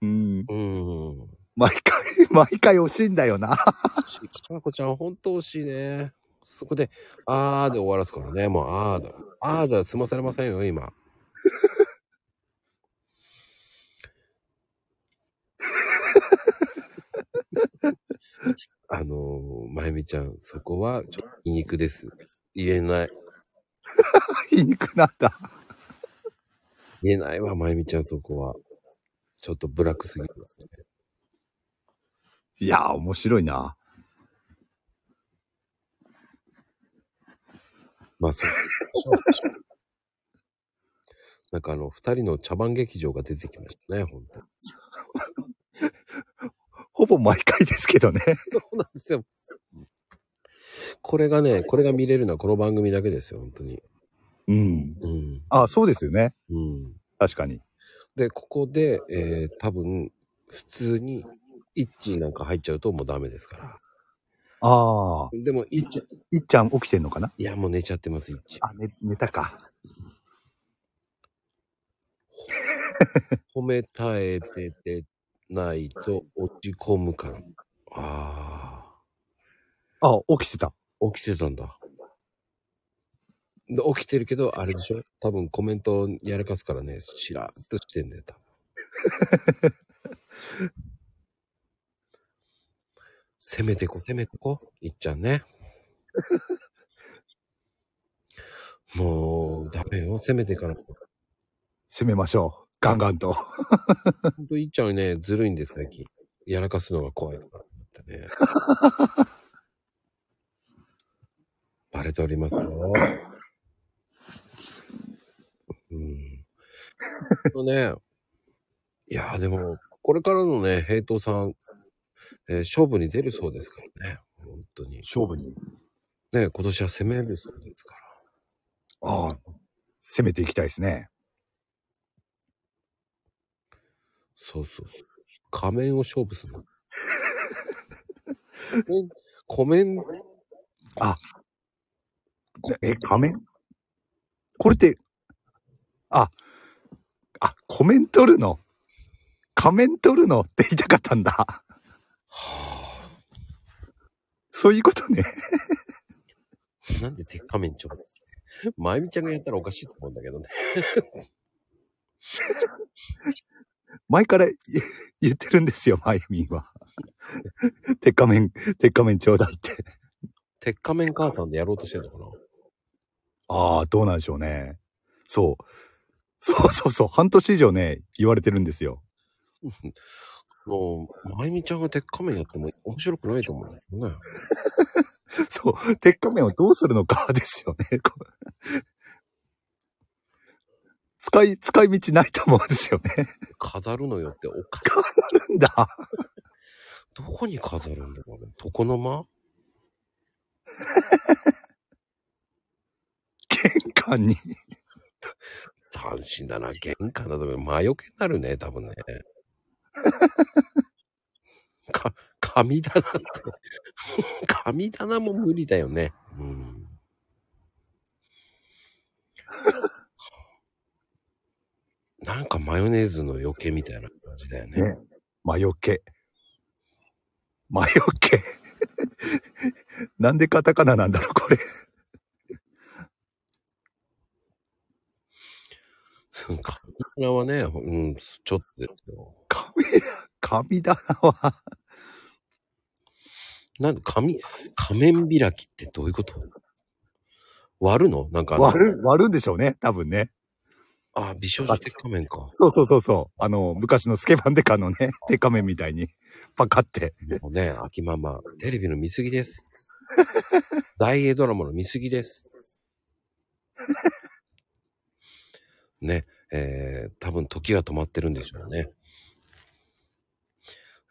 うん。
うん。
毎回、毎回惜しいんだよな。
かなこちゃん、ほんと惜しいね。そこで、あーで終わらすからね。もう、あーだ。あーだ、済まされませんよ、今。 あのー、まゆみちゃん、そこは、ちょっと皮肉です。言えない。
皮肉なんだ。
言えないわ、まゆみちゃん、そこは。ちょっとブラックすぎる。
いやー、面白いな。
まあ、そう。なんかあの、二人の茶番劇場が出てきましたね、本当
ほぼ毎回ですけどね。
そうなんですよ。これがね、これが見れるのはこの番組だけですよ、本当に。
うん。
うん。
あ、そうですよね。
うん。
確かに。
で、ここで、えー、多分、普通に、イッチーなんか入っちゃうともうダメですから。
ああ。
でも、イッチー、
いっちゃん起きてんのかない
や、もう寝ちゃってます、イッチー。
あ、寝、寝たか。
褒めたえててないと落ち込むから。あ
あ、起きてた。
あ、起きてたんだ。で起きてるけど、あれでしょ多分コメントやらかすからね、しらっとしてんだよ、多分攻めてこ、攻めてこ、いっちゃんね。もう、ダメよ、攻めてから。
攻めましょう。ガンガンと。
ほんと、いっちゃんはね、ずるいんです、最近。やらかすのが怖いからってね。バレておりますよ。うん。ほんとね、いやーでも、これからのね、平等さん、えー勝負に出るそうですからね。本当に。
勝負に。
ね、今年は攻めるそうですから。
ああ。攻めていきたいですね。
そうそう。仮面を勝負する。仮面、
え、仮面これって、あ、あ、コメントるの。仮面取るのって言いたかったんだ。
はあ、
そういうことね。
なんで鉄仮面ちょっと。まゆみちゃんがやったらおかしいと思うんだけどね。
前から言言ってるんですよ、マイミンは。 鉄仮面、鉄仮面ちょうだいって。
鉄仮面母さんでやろうとしてるのかな
ああ、どうなんでしょうね。そう。そうそうそう。半年以上ね、言われてるんですよ。
もう、まゆみちゃんが鉄仮面やっても面白くないと思うんですよね。
そう。鉄仮面をどうするのかですよね。 こう使い、使い道ないと思うんですよね。
飾るのよっておか
飾るんだ。
どこに飾るんだろうね。床の間
玄関に。
斬新だな。玄関だと魔除けになるね、多 分ね。か、神棚って。 神棚も無理だよね。うん。なんかマヨネーズの余計みたいな感じだよね。
ね魔除け。魔除け。なんでカタカナなんだろう、これ。
そうか。これはね、うん、ちょっとですよ。
神だ、神だわ。
なんで、紙、仮面開きってどういうこと割るのなんかあの
割る、割るんでしょうね、多分ね。
あ、美少女的仮面か。
そうそうそうそう。あの、昔のスケバンデカの ね、デカ面みたいに、パカって。
もうね、秋ママ、テレビの見過ぎです。大英ドラマの見過ぎです。ね、えー、多分時が止まってるんでしょうね。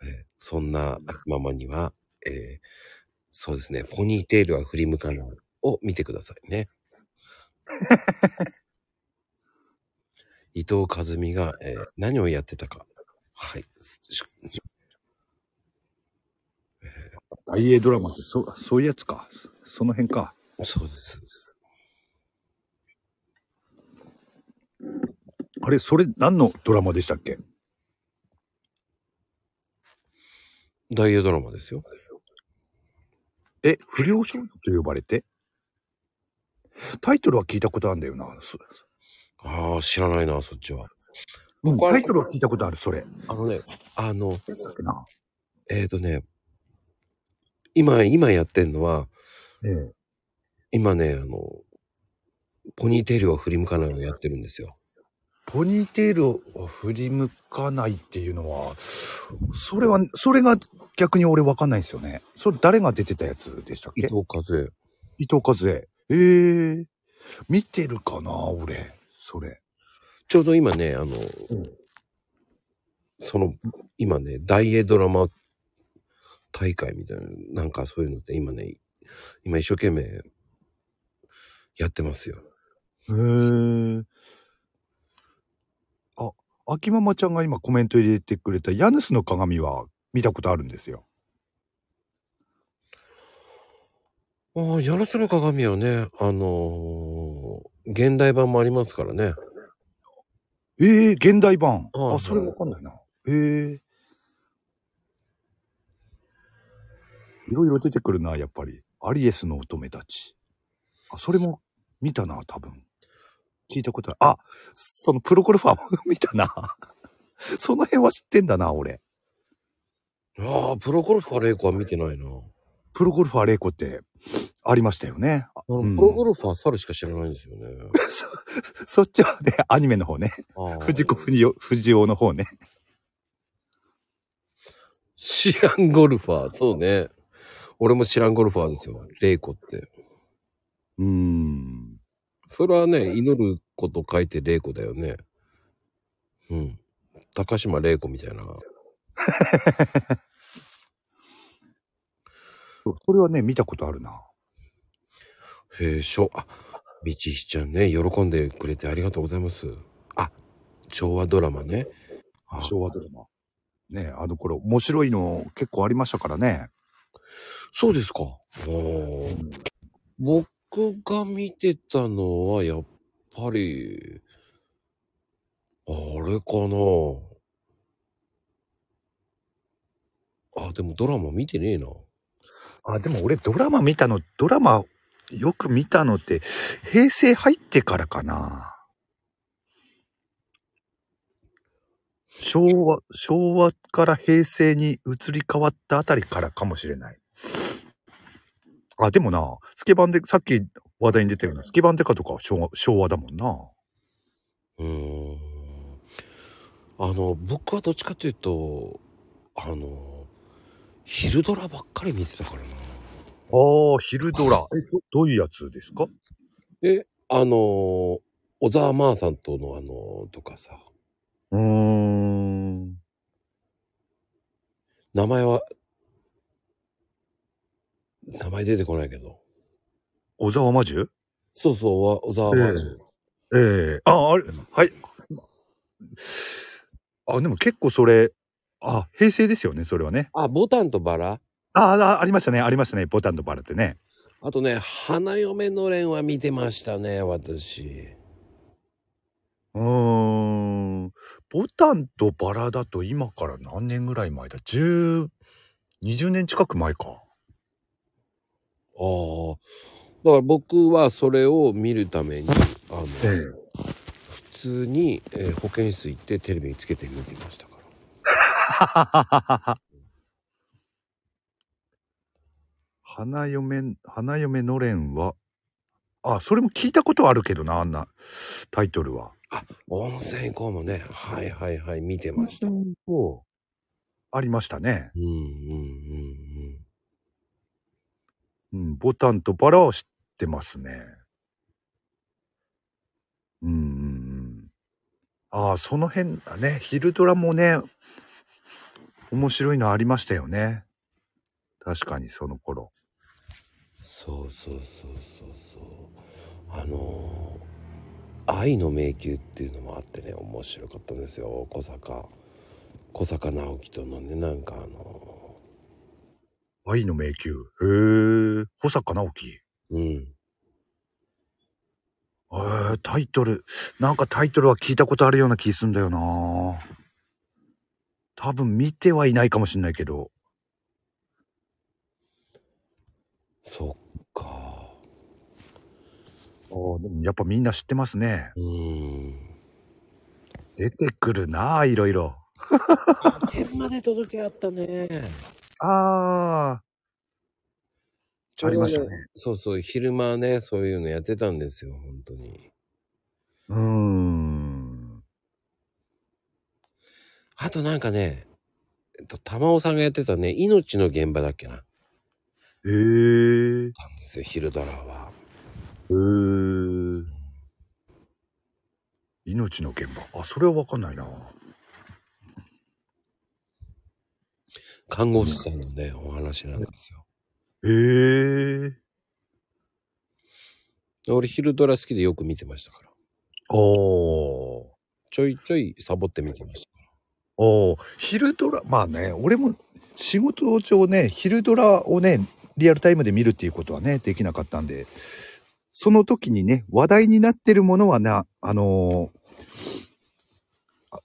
えーそんな秋ママには、えーそうですね、ポニーテールは振り向かないを見てくださいね。伊藤和美が、えー何をやってたか。はい。し
大英ドラマって、そ、そういうやつか。そその辺か。
そうです。
あれ、それ何のドラマでしたっけ
大英ドラマですよ。
え、不良少女と呼ばれてタイトルは聞いたことあるんだよな。そ
ああ、知らないな、そっちは。
うん
僕は
タイトルは聞いたことある、それ。
あのね、あの、
やつだっけな。
えっ、ー、とね、今、今やってんのは、
ええ。
今ね、あの、ポニーテールは振り向かないのやってるんですよ。
ポニーテールを振り向かないっていうのは、それは、それが逆に俺わかんないんですよね。それ誰が出てたやつでしたっ
伊
け
藤和恵。
伊藤和恵。ええ見てるかな俺。それ。
ちょうど今ね、あの、
うん
その、今ね、大英ドラマ大会みたいな、なんかそういうのって今ね、今一生懸命やってますよ。
へえあ、秋ママちゃんが今コメント入れてくれたヤヌスの鏡は見たことあるんですよ。
ああ、やらせの鏡はね、あのー現代版もありますからね。
ええ現代版。
はい
あ、それわかんないな。ええいろいろ出てくるな、やっぱり。アリエスの乙女たち。あ、それも見たな、多分。聞いたことある。あ、そのプロゴルファーも見たな。 その辺は知ってんだな、俺。
ああ、プロゴルファー玲子は見てないな。
プロゴルファー玲子ってありましたよね。
あの
うん
プロゴルファー猿しか知らないんです よね。
そ、そっちはね、アニメの方ね。
ああ
藤子不二雄、藤雄の方ね。
知らんゴルファー。そうね。俺も知らんゴルファーですよ。玲子って。
うーん。
それはね、祈ること書いて玲子だよね。うん。高島玲子みたいな。
そそれはね、見たことあるな。
へえ、しょ、あ、みちひちゃんね、喜んでくれてありがとうございます。あ、昭和ドラマね。あ
昭和ドラマ。ねあの頃、面白いの結構ありましたからね。
そうですか。おー僕が見てたのは、やっぱり、あれかな。あ、でもドラマ見てねえな。
あ、でも俺ドラマ見たの、ドラマよく見たのって、平成入ってからかな。昭和、昭和から平成に移り変わったあたりからかもしれない。あ、でもな、スケバンで、さっき話題に出たような、スケバンデカとかは昭和、昭和だもんな。
うーん。あの、僕はどっちかというと、あの、昼ドラばっかり見てたからな。
ああ、昼ドラ。え、どどういうやつですか
え、あの、小沢真央さんとのあの、とかさ、
うーん。
名前は、名前出てこないけど。
小沢魔獣
そうそう、わ小沢真央さん
えええあ、あれ、はい。あ、でも結構それ、あ、平成ですよね、それはね。
あ、ボタンとバラ
あ、あありましたね、ありましたね、ボタンとバラってね。
あとね、花嫁のれんは見てましたね、私。
うーん。ボタンとバラだと今から何年ぐらい前だ ?10 20年近く前か。
ああ。だから僕はそれを見るために、あの、
ええ
普通に、えー保健室行ってテレビにつけて見てましたから。
花嫁、花嫁のれんは、あ、それも聞いたことあるけどな、あんなタイトルは。
温泉行こうもね、はいはいはい、見てました。うん
泉をありましたね。
うんうん
うん、ボタンとバラは知ってますね。うんうんうん。ああ、その辺だね。昼ドラもね、面白いのありましたよね。確かにその頃。
そうそうそうそうそう。あのー愛の迷宮っていうのもあってね、面白かったんですよ、小坂。小坂直樹とのね、なんかあの
愛の迷宮。へえ。保坂直樹。
ーうん。
えー、タイトル、なんかタイトルは聞いたことあるような気すんだよな多分見てはいないかもしんないけど。
そっか。
あーでもやっぱみんな知ってますね。
うん。
出てくるなあいろいろ。
あ、天まで届けあったね。
ああ。ありましたね。
そうそう、昼間ね、そういうのやってたんですよ、本当に。
うーん。
あとなんかね、えっと、玉尾さんがやってたね、命の現場だっけな。
へえー。
たんですよ、昼ドラは。
えー。命の現場。あ、それはわかんないな
看護師さんのね、お話なんですよ。
ええー。
俺、昼ドラ好きでよく見てましたから。
おー。
ちょいちょいサボって見てましたから。
おー昼ドラまあね俺も仕事上ね昼ドラをねリアルタイムで見るっていうことはねできなかったんでその時にね話題になってるものはなあのーあ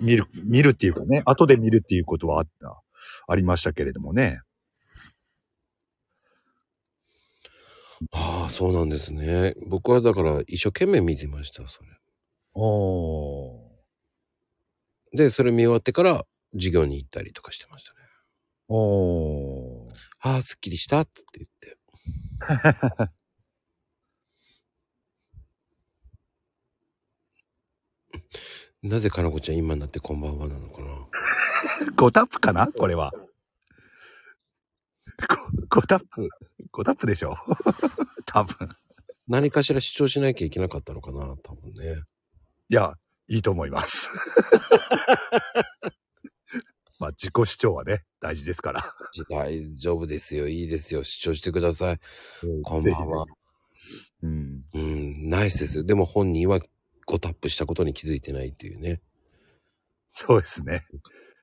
見る見るっていうかね後で見るっていうことはあったありましたけれどもね
ああ、そうなんですね。僕はだから一生懸命見てました、それ。
おー
で、それ見終わってから授業に行ったりとかしてましたね。
おー
ああ、すっきりしたって言って。 なぜかなこちゃん今になってこんばんはなのかな
5タップかなこれは5タップ5タップでしょ 多分
何かしら主張しなきゃいけなかったのかな多分ね。
いや、いいと思 います。まあ、自己主張はね、大事ですから。
大丈夫ですよ。いいですよ。主張してください。こんばんは。
うん。
うん、ナイスですよ。でも本人はごタップしたことに気づいてないっていうね。
そうですね。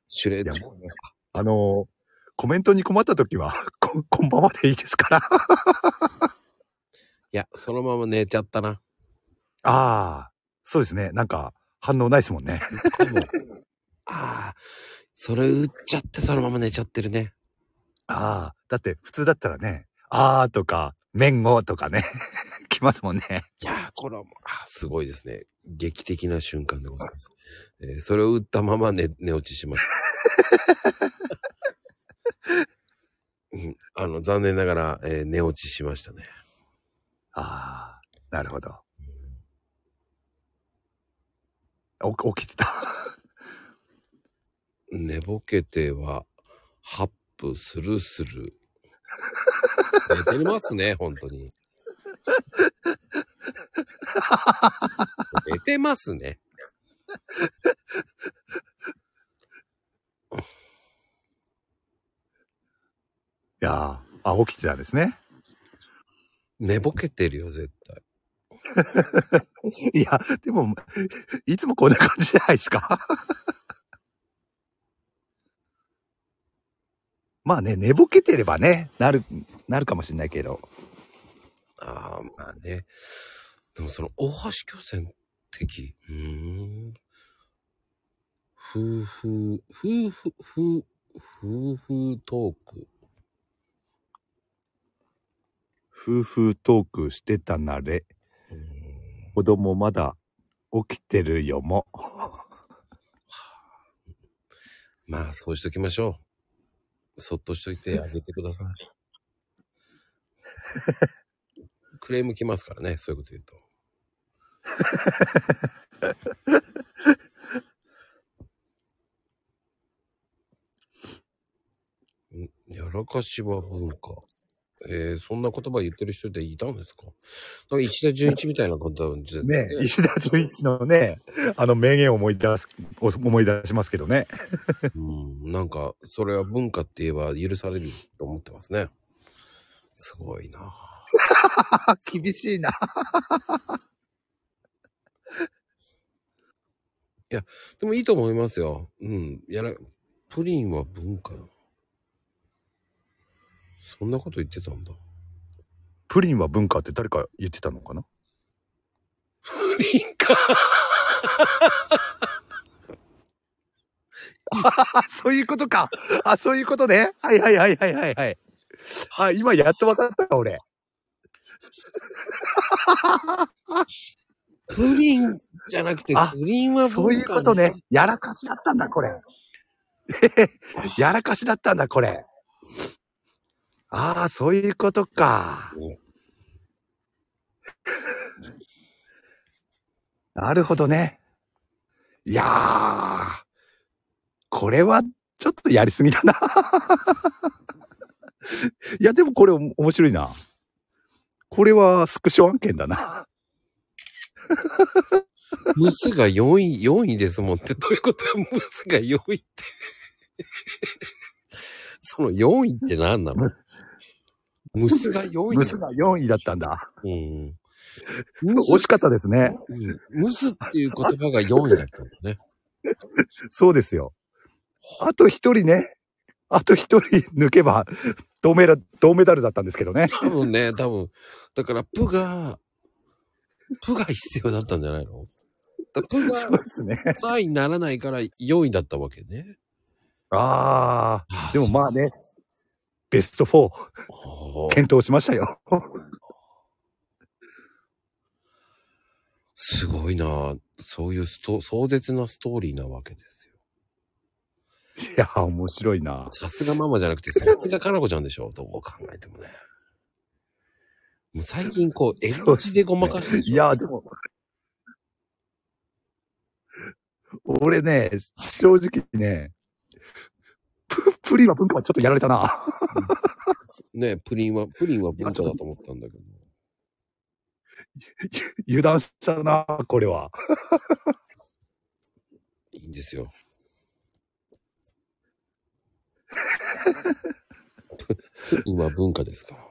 シュレ
い
ッ
や、
ド。
もうね、あのーコメントに困った時は、こ、こんばんはでいいですから。あ
いや、そのまま寝ちゃったな。
あ、そうですね。なんか、反応ないですもんね。
ああ、それ打っちゃってそのまま寝ちゃってるね。
ああ、だって普通だったらね、ああとか、面をとかね、 来ますもんね。
いやー、これはもう、あーすごいですね。劇的な瞬間でございます。えーそれを打ったまま寝、寝落ちします。 うん、あの、残念ながら、えー寝落ちしましたね。
ああ、なるほど。お起きてた。
寝ぼけては、ハップ、スルスル。寝てますね、本当に。寝てますね。
いやーあ、起きてたんですね。
寝ぼけてるよ、絶対。
いや、でも、いつもこんな感じじゃないですか。 まあね、寝ぼけてればね、なる、なるかもしれないけど。
ああ、まあね。でもその、大橋巨泉的。うーん。夫婦、夫婦、夫、夫婦トーク。
夫婦トークしてたなれ。
うーん
子供まだ起きてるよも。
まあ、そうしときましょう。そっとしとい てあげてください。クレーム来ますからね、そういうこと言うと。 んやらかしは文化。えー、そんな言葉言ってる人でいたんですかなんか石田純一みたいなことじゃ
ね石田純一のね、あの名言を思い出す、思い出しますけどね。
うん、なんか、それは文化って言えば許されると思ってますね。すごいな
あ、 厳しいな。
でもいいと思いますよ。うん。やら、プリンは文化。そんなこと言ってたんだ。
プリンは文化って誰か言ってたのかな
プリンか
あ、そういうことか。あ、そういうことね。はいはいはいはいはいはい。あ、今やっと分かった俺。
プリンじゃなくて、
あ
プリンは文化。
そういうことね。。やらかしだったんだ、これ。 やらかしだったんだ、これ。ああ、そういうことか。なるほどね。いやー、これはちょっとやりすぎだな。 いや、でもこれ面白いな。これはスクショ案件だな。
ムスが4位、4位ですもんって。どういうことムスが4位って。その4位って何 なのムスが4位
ムスが4位だったんだ。
うん。
惜しかったですね。
うんムスっていう言葉が4位だったんだね。
そうですよ。あと一人ね、あと一人抜けば、銅メダル、銅メダルだったんですけどね。
多分ね、多分。だから、プが、プが必要だったんじゃないのだプが
そうですね。
3位にならないから4位だったわけね。
あ
あ
あ、でもまあね、ベスト4、
そう
検討しましたよ。
すごいなそういうスト壮絶なストーリーなわけですよ。
いや、面白いな。
さすがママじゃ なくて、さすがかなこちゃんでしょどう考えてもね。もう最近こう、絵文字でごまかしてるでしょ
いや、でも、俺ね、正直ね、ププリンは文化はちょっとやられたな。
ね、プリンは、プリンは文化だと思ったんだけど。
油断したな、これは。
いいんです よ。今文化ですから。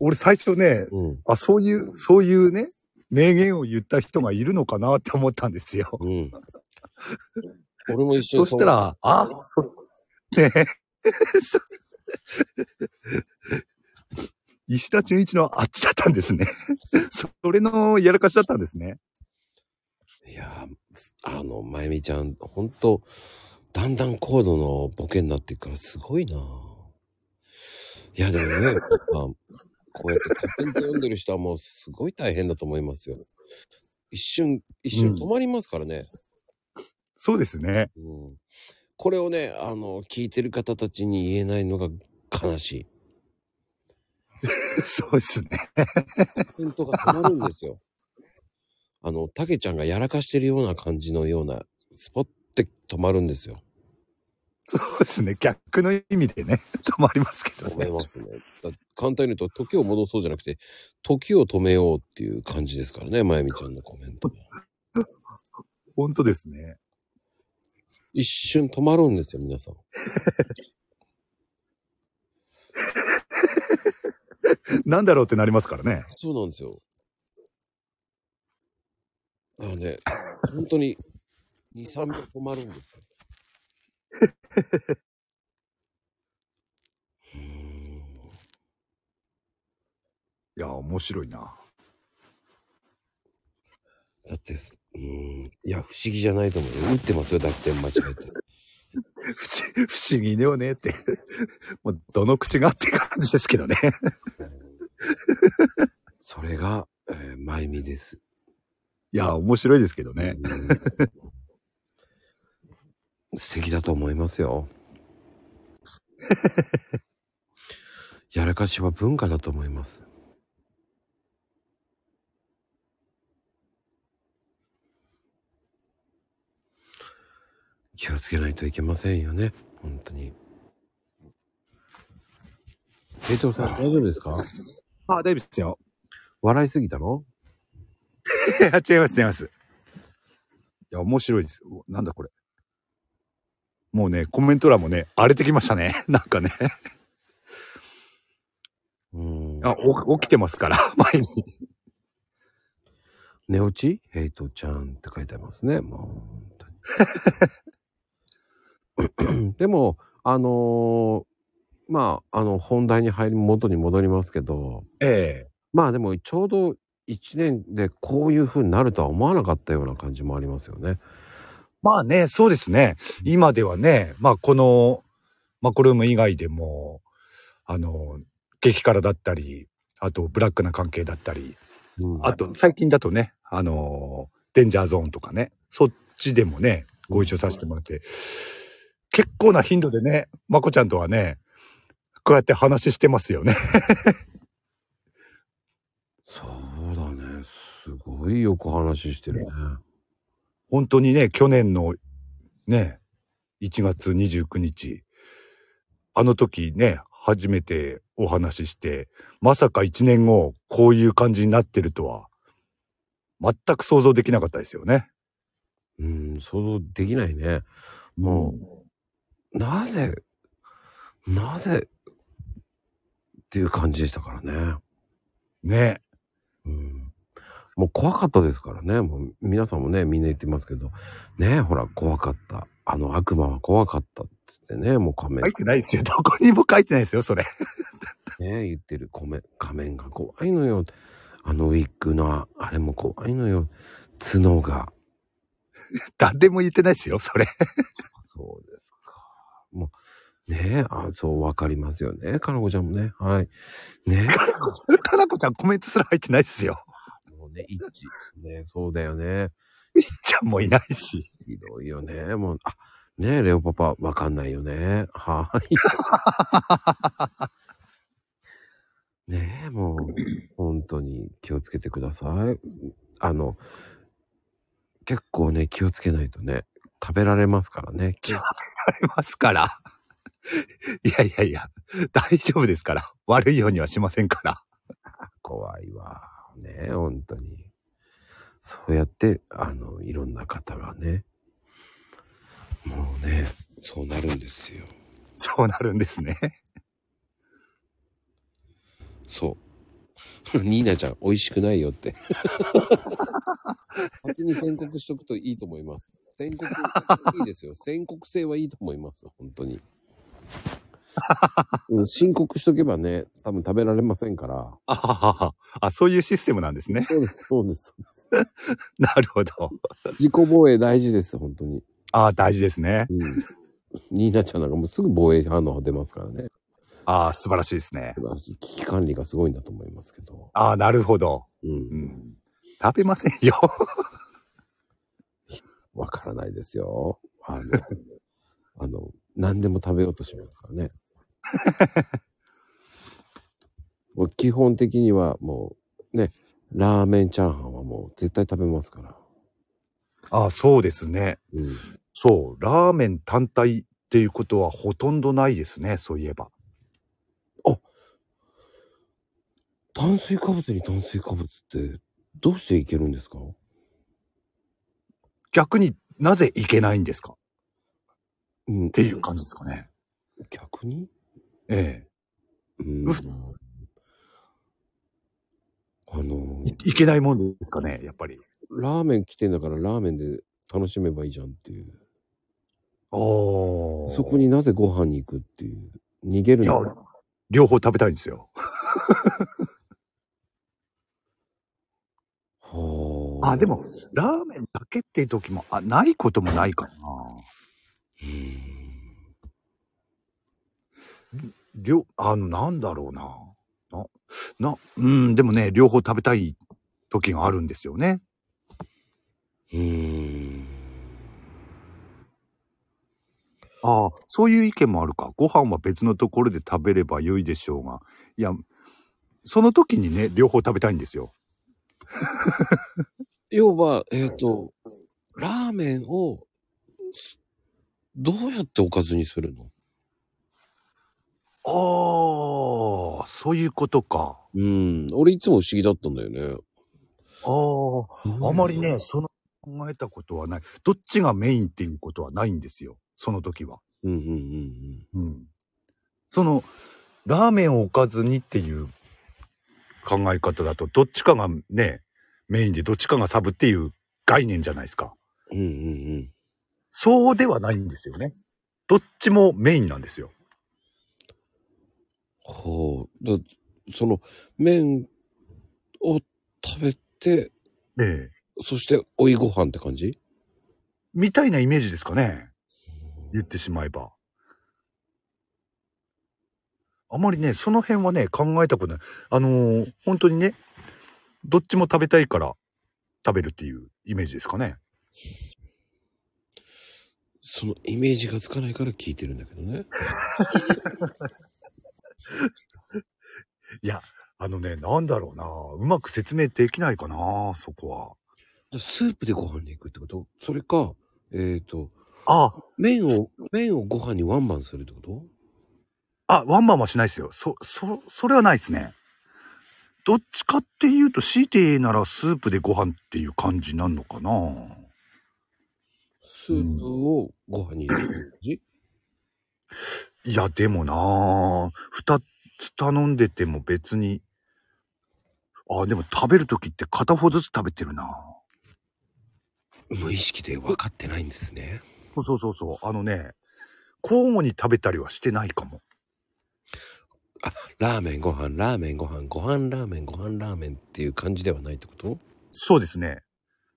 俺最初ね、
うん。
あ、そういう、そういうね、名言を言った人がいるのかなって思ったんですよ。
うん。俺も一緒
そ
に
した、ら、あ、そうね えそう石田純一のあっちだったんですね。それのやらかしだったんですね。
いやー、あの、まゆみちゃん、ほんと、だんだん高度のボケになっていくからすごいなぁいや、でもね、やっぱこうやってコメント読んでる人はもうすごい大変だと思いますよ。一瞬、一瞬
うん
止まりますからね。
そうですね。
うんこれをね、あの、聞いてる方たちに言えないのが悲しい。
そうですね。
コメントが止まるんです よ。あの、たけちゃんがやらかしてるような感じのような、スポッて止まるんですよ。
そうですね。逆の意味でね、止まりますけど
止め
ね。
ますね。だ簡単に言うと、時を戻そうじゃなくて、時を止めようっていう感じですからね、まゆみちゃんのコメントは。
本当ですね。
一瞬止まるんですよ、皆さん。
なんだろうってなりますからね。
そうなんですよ。あの ね、本当に、2、3秒止まるんですよ。うーん
いや、面白いな。
だってす、うーん、いや、不思議じゃないと思うよ。打ってますよ、濁点間違えて。
不思不思議だよねって。もうどの口がって感じですけどね。
それが、えー、まゆみです。
いや、面白いですけどね。
うん。素敵だと思います よ。やらかしは文化だと思います。気をつけないといけませんよね。本当に。平等さん、大丈夫ですか
あ、大丈夫です よ。
笑いすぎたの
いや違います、違います。いや、面白いです。おなんだこれ。もうね、コメント欄もね、荒れてきましたね。 なんかね。
うん。
あ、お起きてますから、 前に。
寝落ちヘイトちゃんって書いてありますね。もう本当 に。でも、あのーまあ、あの、本題に入り、元に戻りますけど、
ええ
まあでも、ちょうど1年でこういう風になるとは思わなかったような感じもありますよね。
まあね、そうですね。今ではね、まあこの、マコルーム以外でも、あの、激辛だったり、あとブラックな関係だったり、
うん
あと最近だとね、あの、デンジャーゾーンとかね、そっちでもね、ご一緒させてもらって、結構な頻度でね、まこちゃんとはね、こうやって話してますよね。
そうだね。すごいよく話してるね。
本当にね、去年のね、1月29日、あの時ね、初めてお話しして、まさか1年後、こういう感じになってるとは、全く想像できなかったですよね。
うん、想像できないね。もう、なぜ、なぜっていう感じでしたからね。
ね。
うん。もう怖かったですからね。もう皆さんもね、みんな言ってますけど、ねえほら、怖かった。あの悪魔は怖かったって言ってね、もう仮面
書い、てないですよ。どこにも書いてないですよ、それ。
ね、言ってる仮面、仮面が怖いのよ。あのウィッグのあれも怖いのよ。角が。
誰も言ってないですよ、それ。
そうですか。もう、ねえ、あ、そう、わかりますよね。かなこちゃんもね。はい。ねえ。
かなこちゃんコメントすら入ってないですよ。
もうね、一致。ね、そうだよね。
みっちゃんもいないし。
ひどいよね。もう、あ、ねレオパパ、わかんないよね。はーい。 ねえ、もう、本当に気をつけてください。あの、結構ね、気をつけないとね、食べられますからね。
食べられますから。 いやいやいや、大丈夫ですから。悪いようにはしませんから。
怖いわ。ねえ、本当に。そうやって、あの、いろんな方がね、もうね、そうなるんですよ。
そうなるんですね。
そう。 ニーナちゃん、美味しくないよって。 先に宣告しとくといいと思います。宣告、いいですよ。宣告制はいいと思います。本当 に。うん申告しとけばね、多分食べられませんから。
あはははあ、そういうシステムなんですね。
そうです、そうです。
なるほど。
自己防衛大事です、本当に。
ああ、大事ですね。
うん。ニーナちゃんなんかもうすぐ防衛反応が出ますからね。
ああ、素晴らしいですね。
危機管理がすごいんだと思いますけど。
ああ、なるほど。
う。
うんん。食べませんよ。
わからないですよ。あの、 あの、何でも食べようとします からね。もう基本的にはもう、ね、ラーメンチャーハンはもう絶対食べますから。
ああ、そうですね。
うん。
そう、ラーメン単体っていうことはほとんどないですね、そういえば。
炭水化物に炭水化物ってどうしていけるんですか
逆になぜいけないんですかっ
うん。
ていう感じですかね。
逆に
え
うん。
うっ
あの
え。、いいけないもんですかね、やっぱり。
ラーメン来てんだからラーメンで楽しめばいいじゃんっていう。
お
そこ。になぜご飯に行くっていう。逃げる
いや
の、
両方食べたいんですよ。
は
あ、で。も、ラーメンだけっていう時も、あ、ないこともないかな。
うーん
両、あの、なんだろうな。な、な、うん、でもね、両方食べたい時があるんですよね。
うーん。
ああ、そういう意見もあるか。ご飯は別のところで食べれば良いでしょうが。いや、その時にね、両方食べたいんですよ。
要は、えっ、と、ラーメンを、すどうやっておかずにするの
ああ、そういうことか。
うん。俺いつも不思議だったんだよね。
ああ、あまりね、その考えたことはない。どっちがメインっていうことはないんですよ。その時は。
うんうんうんうん。
うん。その、ラーメンをおかずにっていう考え方だと、どっちかがね、メインでどっちかがサブっていう概念じゃないですか。
うんうんうん。
そうではないんですよね。どっちもメインなんですよ。
ほう。だその、麺を食べて、
ええ
そして、おいご飯って感じ
みたいなイメージですかね。言ってしまえば。あまりね、その辺はね、考えたことない。あのー本当にね、どっちも食べたいから食べるっていうイメージですかね。
そのイメージがつかないから聞いてるんだけどね。
いや、あのね、なんだろうな。うまく説明できないかな、そこ
スープでご飯に行くってことそれか、えっ、と、
は。あ、
麺を、麺をご飯にワンバンするってこと
あ、ワンマンはしないですよ。そ、そ、それはないですね。どっちかっていうと、強いて言うならスープでご飯っていう感じになるのかな。
スープをご飯に入れる感じ、
いや、でもな二つ頼んでても別に。あ、でも食べるときって片方ずつ食べてるな
無意識で分かってないんですね。
そうそうそうそう。あのね、交互に食べたりはしてないかも。
ラーメンご飯ラーメンご飯ご飯ラーメンご飯ラーメンっていう感じではないってこと
そうですね。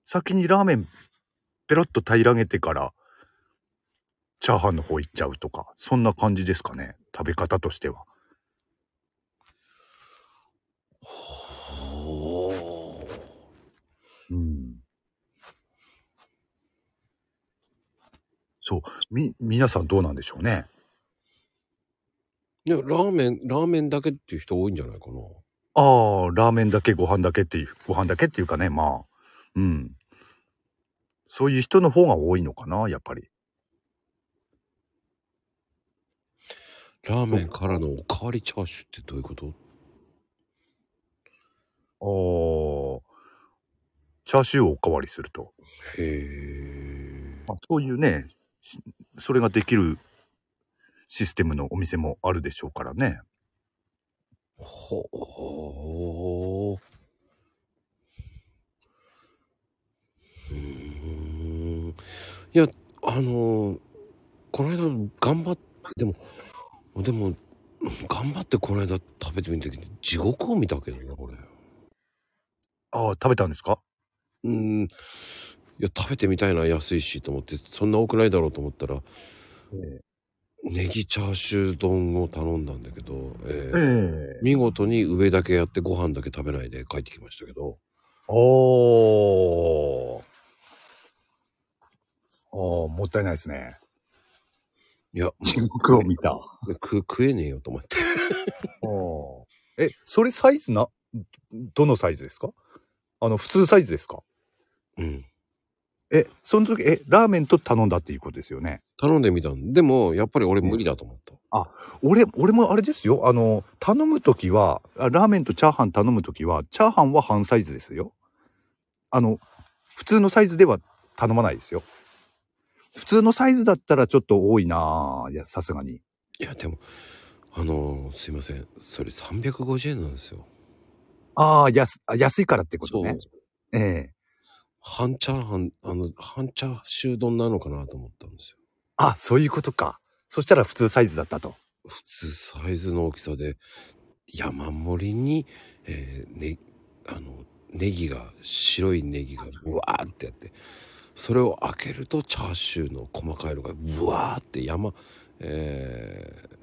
先にラーメン、ペロッと平らげてから、チャーハンの方行っちゃうとか、そんな感じですかね。食べ方としては。
ほー
うん。そう。み、皆さんどうなんでしょうね。
いやラーメンラーメンだけっていう人多いんじゃないかな
ああ、ラーメンだけご飯だけっていう、ご飯だけっていうかね、まあ。うん。そういう人の方が多いのかな、やっぱり。
ラーメンからのおかわりチャーシューってどういうこと
おチャーシューをおかわりすると。
へえ
まあ、そういうね、しそれができるシステムのお店もあるでしょうからね。
ほーうーんいやあのこの間頑張ってでもでも頑張ってこの間食べてみたけど地獄を見たわけだなこれ
ああ、食べたんですか
うんいや食べてみたいな安いしと思ってそんな多くないだろうと思ったらネギチャーシュー丼を頼んだんだけど、え
え
ー見事に上だけやってご飯だけ食べないで帰ってきましたけど
おー。おー、もったいないですね。
いや
沈黙を見た。
食食えねえよと思って
おーえ、それサイズな、どのサイズですかあの、普通サイズですか
うん
え、その時、え、ラーメンと頼んだっていうことですよね。
頼んでみたんでもやっぱり俺無理だと思った、
俺、俺もあれですよ。あの、頼む時は、あラーメンとチャーハン頼む時は、チャーハンは半サイズですよ。あの、普通のサイズでは頼まないですよ。普通のサイズだったらちょっと多いなぁ。いや、さすがに。
いやでもあのーすいませんそれ350円なんですよ
ああ、安、あ安いからってことね。
そう
ええ
半チャーハンあの半チャーシュー丼なのかなと思ったんですよ
あ、そういうことか。そしたら普通サイズだったと。
普通サイズの大きさで山盛りに、えーね、あのネギが白いネギがブワーってやってそれを開けるとチャーシューの細かいのがブワーって山、えー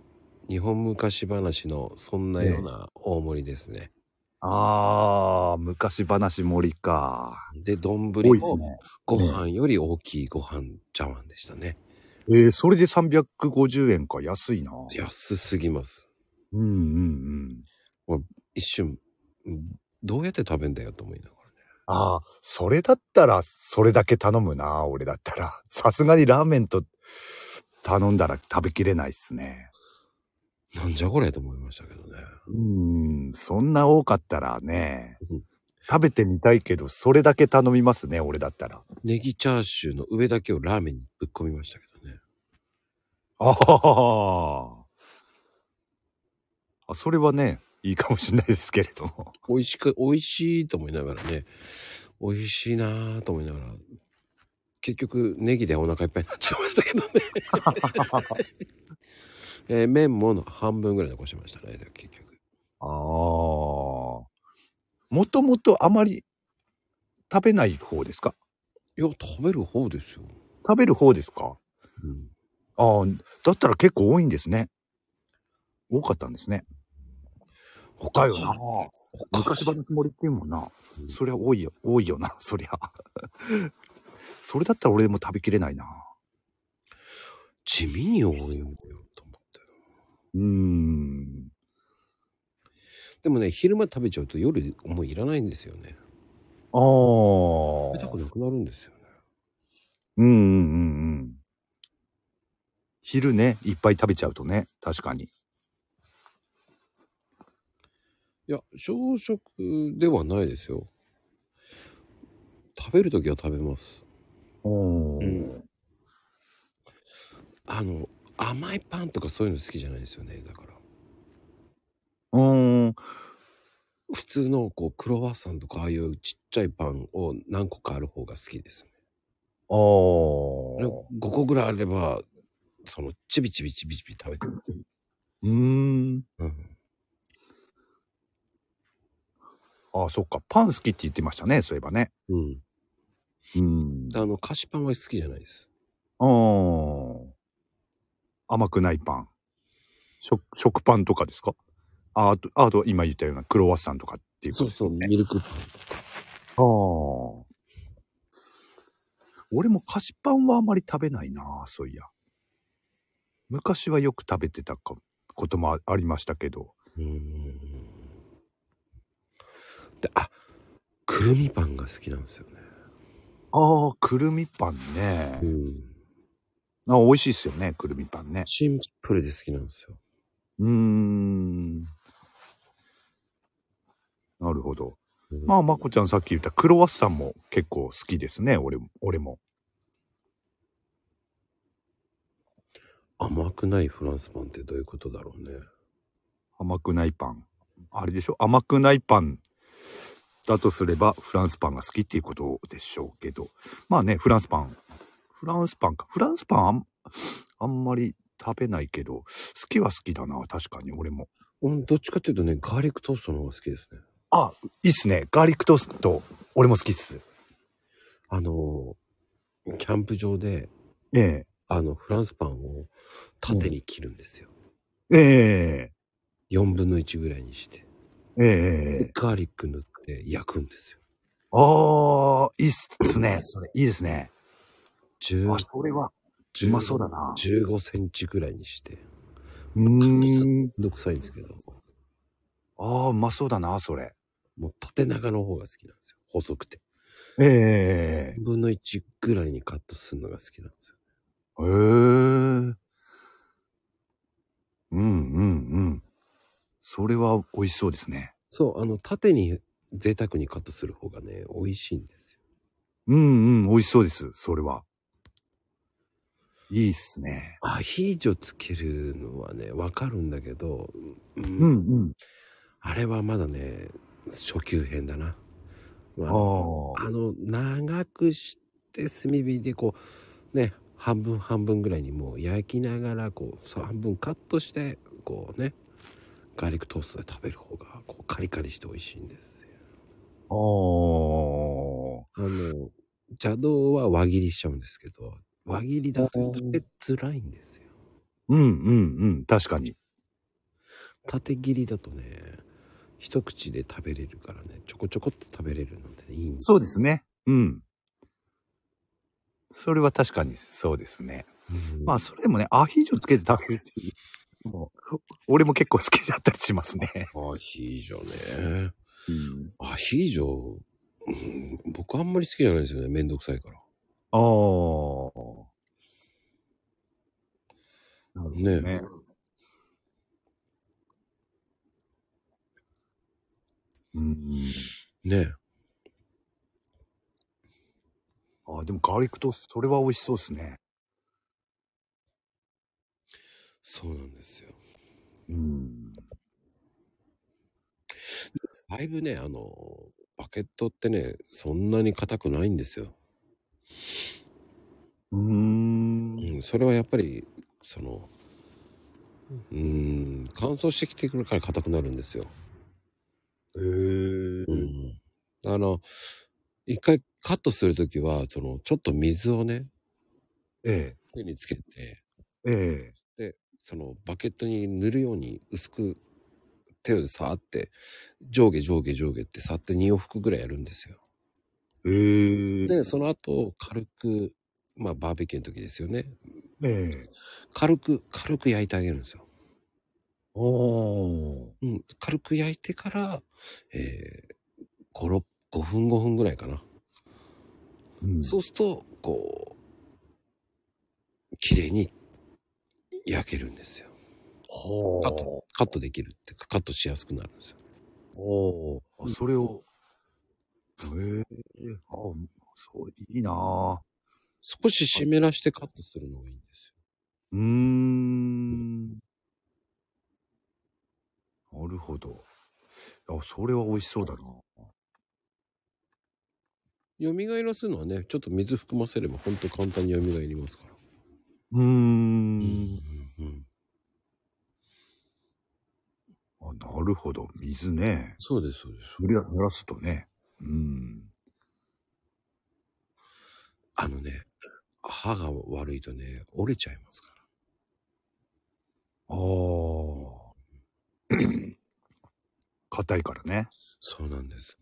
日本昔話のそんなような大盛りですね。
ああ、昔話森か。
で、丼
多いです
も
ね。
ご飯より大きいご飯茶碗でしたね。
えー、それで350円か。安いな。
安すぎます。
うんうんうん。
一瞬、うんどうやって食べんだよと思いながらね。
ああ、それだったら、それだけ頼むな、俺だったら。 さすがにラーメンと頼んだら食べきれないっすね。
なんじゃこれと思いましたけどね。
うん、そんな多かったらね
うん、
食べてみたいけど、それだけ頼みますね、俺だったら。
ネギチャーシューの上だけをラーメンにぶっ込みましたけどね。
ああ。あそれはね、いいかもしれないですけれ ども。
美味しく、美味しいと思いながらね、美味しいなぁと思いながら、結局ネギでお腹いっぱいになっちゃいましたけ どね。えー麺もの半分ぐらい残しましたね、で結局。
ああ。もともとあまり食べない方ですか
いや、食べる方ですよ。
食べる方ですか
うん、
ああ、だったら結構多いんですね。多かったんですね。
お
だ
か
よ
しい
な。
おか
昔
しい
話盛りっていうもんな。
うん
そりゃ多いよ、多いよな、そりゃ。それだったら俺でも食べきれないな。
地味に多いんだよと思って。
うーん。
でもね、昼間食べちゃうと夜もういらないんですよね。
あ
食べた
あ
く。なくなるんですよね。
うんうんうんうん。昼ね、いっぱい食べちゃうとね、確かに。
いや、小食ではないですよ。食べるときは食べます。
おー
うんあの、甘いパンとかそういうの好きじゃないですよね。だから。
うーん。
普通のこう、クロワッサンとかああいうちっちゃいパンを何個かある方が好きです、ね。5
ああ。
個ぐらいあれば、その、ちびちびちびちび食べてる。
うーん。
うん。
ああ、そっか。パン好きって言ってましたね、そういえばね。
うん。
うん。
あの、菓子パンは好きじゃないです。
あー甘くないパン。食、食パンとかですかああと、あと今言ったようなクロワッサンとかっていうこ
そう
とです
そう、
よね
ミルクパン。
ああ。俺も菓子パンはあまり食べないな、そういや。昔はよく食べてたかこともあありましたけど。
うんうんうんで、あ、くるみパンが好きなんですよね。
ああ、くるみパンね。
うん。
あ美味しいっすよね、くるみパンね。
シンプルで好きなんですよ。
うーん。なるほど。
うん
まあ、まこちゃんさっき言ったクロワッサンも結構好きですね、俺も。俺も。
甘くないフランスパンってどういうことだろうね。
甘くないパン。あれでしょ甘くないパンだとすればフランスパンが好きっていうことでしょうけど。まあね、フランスパン。フランスパンか。フランスパンあんあんまり食べないけど、好きは好きだな、確かに俺も。
うん、どっちかっていうとね、ガーリックトーストの方が好きですね。
あ、いいっすね。ガーリックトースト、俺も好きっす。
あのー、キャンプ場で、
え
あの、フランスパンを縦に切るんですよ。
え。え
4分の1ぐらいにして。
え。え
で
え。
ガーリック塗って焼くんですよ。
ああ、いいっすね。それ、いいですね。
10
あ、それは、
10
うまそうだな
15センチぐらいにして。
うーん。
めんどくさいんですけど。
ああ、うまそうだな、それ。
もう縦長の方が好きなんですよ。細くて。
ええ
4分の1ぐらいにカットするのが好きなんですよ。
ええうんうんうん。それは美味しそうですね。
そう、あの、縦に贅沢にカットする方がね、美味しいんですよ。
うんうん、美味しそうです、それは。いいっすね。
アヒージョつけるのはね、わかるんだけど、うん
うんうん。
あれはまだね、初級編だな。ま
あ
ああ
あ。
の、長くして炭火でこう、ね、半分半分ぐらいにもう焼きながら、こう、そう半分カットして、こうね、ガーリックトーストで食べる方が、こう、カリカリして美味しいんですよ。
ああ。
あの、邪道は輪切りしちゃうんですけど、輪切りだと食べづらいんですよ。
うんうんうん、確かに。
縦切りだとね一口で食べれるからねちょこちょこっと食べれるので、ね、いいん
そうですね。うん。それは確かにそうですね。
うん
まあ、それでもね、アヒージョつけて食べるっていうもう俺も結構好きだったりしますね。
アヒージョね
うん、
アヒージョ、うん、僕あんまり好きじゃないんですよねめんどくさいから
ああ。なるほど
ね
ね。うん。
ね
あーでもガーリックトースト、それは美味しそうですね。
そうなんですよ
うん。
だいぶねあのバケットってねそんなに硬くないんですよ、
うーん。
うん、それはやっぱりそのうん乾燥してきてくるから硬くなるんですよ
へー
うん、あの一回カットするときはそのちょっと水をね
え
手につけて
え。え
そのバケットに塗るように薄く手で触って上下上下上下って触って2往復ぐらいやるんですよ。
え。ええ。
でその後軽くまあバーベキューの時ですよね
ええ。
軽く軽く焼いてあげるんですよ。
おー。
うん、軽く焼いてから、えー、5 6 5分5分ぐらいかな。
うん
そうすると、こう、綺麗に焼けるんですよ。
ほ
あと、カットできるっていうか、カットしやすくなるんですよ。
う。おーあそれを。ええあ、そう、いいなぁ。
少し湿らしてカットするのがいいんですよ。
うーん。なるほど。あ、それは美味しそうだな。
蘇らすのはね、ちょっと水含ませれば、ほんと簡単に蘇りますから。
うーん。
うん
あ、なるほど。水ね。
そうです、そうです。
そりゃ、濡らすとね。うん。
あのね、歯が悪いとね、折れちゃいますから。
ああ。 硬いからね。
そうなんです。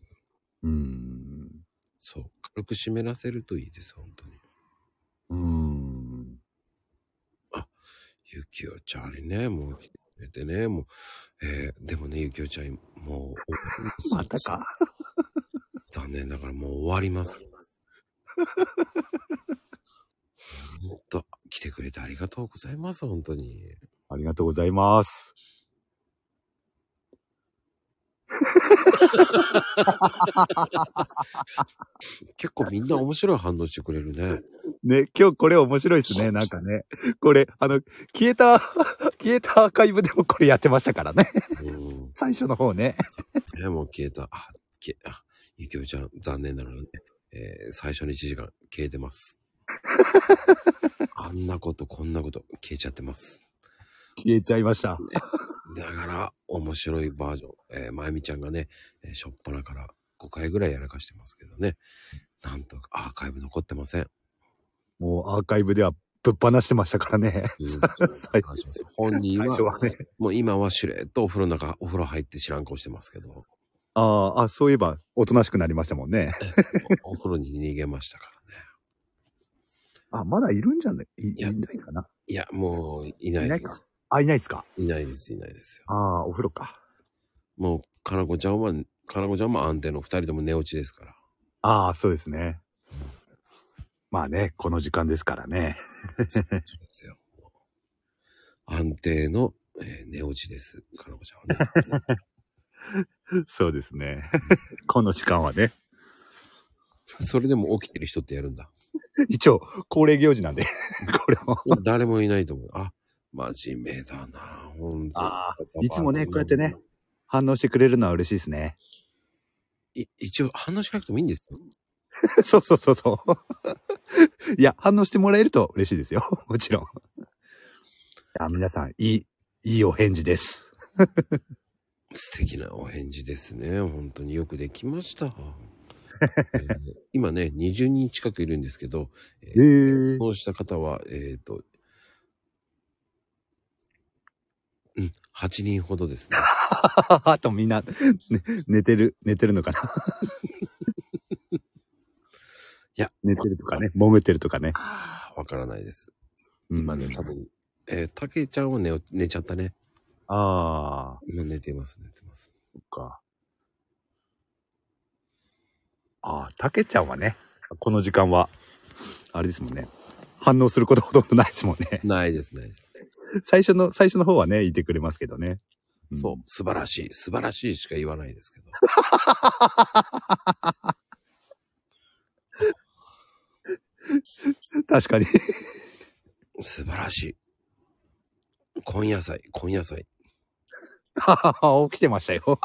うん。
そう。軽く湿らせるといいです、本当に。
うん。
ゆきおちゃんにね、もう来てくれてね、もう、えーでもね、ゆきおちゃん、もう、
またか。
残念ながらもう終わります。ほんと、来てくれてありがとうございます、本当に。
ありがとうございます。
結構みんな面白い反応してくれるね。
ね、今日これ面白いですね。なんかね。これ、あの、消えた、 消えたアーカイブでもこれやってましたからね。
うん。
最初の方ね。
ね、もう消えた。あ、消え、あ、ゆきおちゃん、残念ながらね、えー最初の1時間消えて ます。あんなこと、こんなこと、消えちゃってます。
消えちゃいました。
だから、面白いバージョン。えーまゆみちゃんがね、えーしょっぱなから5回ぐらいやらかしてますけどね。なんとアーカイブ残ってません。
もうアーカイブではぶっ放してましたからね。 最
話します本人
最初
は、
はね。
もう今はしれっとお風呂の中、お風呂入って知らん顔してますけど、
あーあ、そういえば、おとなしくなりましたもんね。
おお風呂に逃げましたからね。
あ、まだいるんじゃないいい
や
ないかない
や、もういないで
いない
す。
か。あ、いないですか。
いないです、いないですよ。
ああ、お風呂か。
もう、かなこちゃんは、かなこちゃんも安定の二人とも寝落ちです から。
ああ、そうですね。まあね、この時間ですからね。
そうですよ。安定の、えー寝落ちです、かなこちゃんはね。
そうですね。 この時間はね。
それでも起きてる人ってやるん だ。
一応、恒例行事なんで、これも。
誰もいないと思う。あ、真面目だな、本当
あいつもねこうやってね。反応してくれるのは嬉しいですね。
い一応、反応しなくてもいいんですよ。
そうそうそうそう。いや、反応してもらえると嬉しいですよ。 もちろん。いや、皆さん、いい、いいお返事です。
素敵なお返事ですね。本当によくできま した。えー今ね、20人近くいるんですけど、えー
え
そうした方は、えっ、と、うん、8人ほど ですね。
あとみんな、ね寝てる、寝てるのか な。
いや、
寝てるとかね、潜ってるとかね。
ああ、わからないです。
うん
今ね、多分、えー、たけちゃんは寝お、寝ちゃったね。
ああ、
今寝てます、寝てます。
そっか。ああ、たけちゃんはね、この時間は、あれですもんね。反応することほとんどないですもんね。
ないです、ないです。
最初の、最初の方はね、いてくれますけどね。ん
そう、素晴らしい、素晴らしいしか言わないですけど。
確かに。
素晴らしい。今夜祭、今夜祭。
ははは起きてましたよ。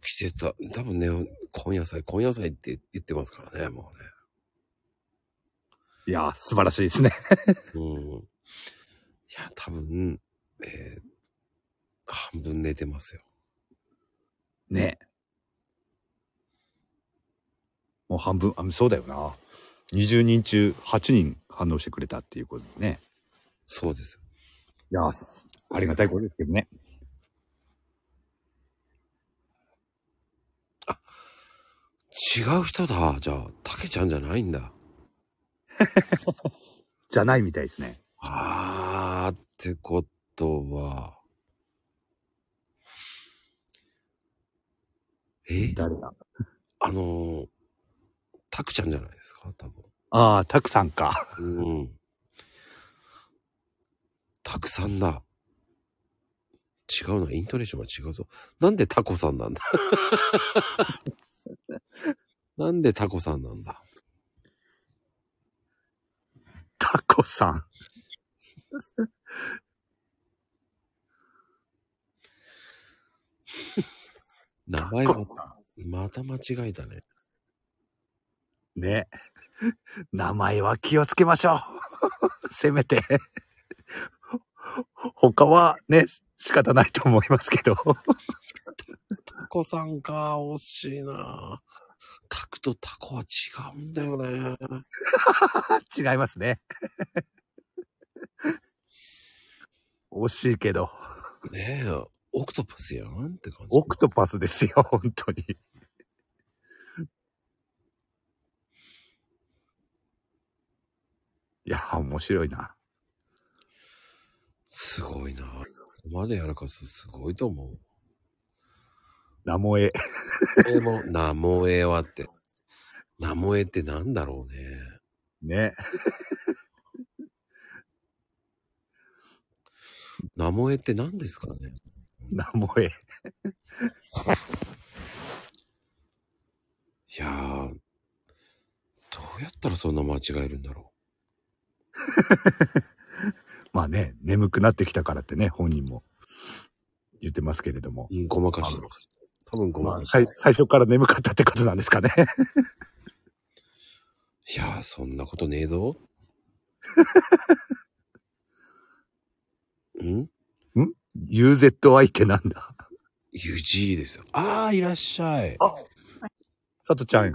起きてた。多分ね、今夜祭、今夜祭って言ってますからね、も
いやー、素晴らしいですね。
うね。うん。いや、多分、えー半分寝てますよ。
ね。もう半分、あ、そうだよな。20人中8人反応してくれたっていうことでね。
そうですよ。
いやー、ありがたいことですけどね。
違う人だ。じゃあ、たけちゃんじゃないんだ。
じゃないみたいですね。
あーってことは。え
誰だ
あのー、たくちゃんじゃないですか多
ああ、たくさんか。
分。うん。たくさんだ。違うな。イントネーションが違うぞ。なんでタコさん なんだなんでタコさんなんだ
たこさん。
名前
た
ま
こさ
また間違えたね。
ん。ね。名前は気をつけましょう。 せめて。他はね、仕方ないと思いますけど。
タコさんか、惜しいな。タクとタコは違うんだよね。
違いますね。 惜しいけど、
ねえ、オクトパスやんって感じ。
オクトパスですよ、 本当に。いや、面白いな。
すごいな。ここまでやらかすすごいと思う。
名もえ。
でも、ナモエはって。ナモエってなんだろうね。
ね。
ナモエって何ですかね。
名もえ。
いやー、どうやったらそんな間違えるんだろ
まあね、眠くなってきたからってね、本人も言ってますけれども。
う。うん、ごまかしてます。多分ご
ま
ま
あ、
かし
さい最初から眠かったってことなんです かね。
いやー、そんなことねえ ぞ。ん
UZY ってなんだ
ユジーですよ。あー、いらっしゃい。
さとちゃん。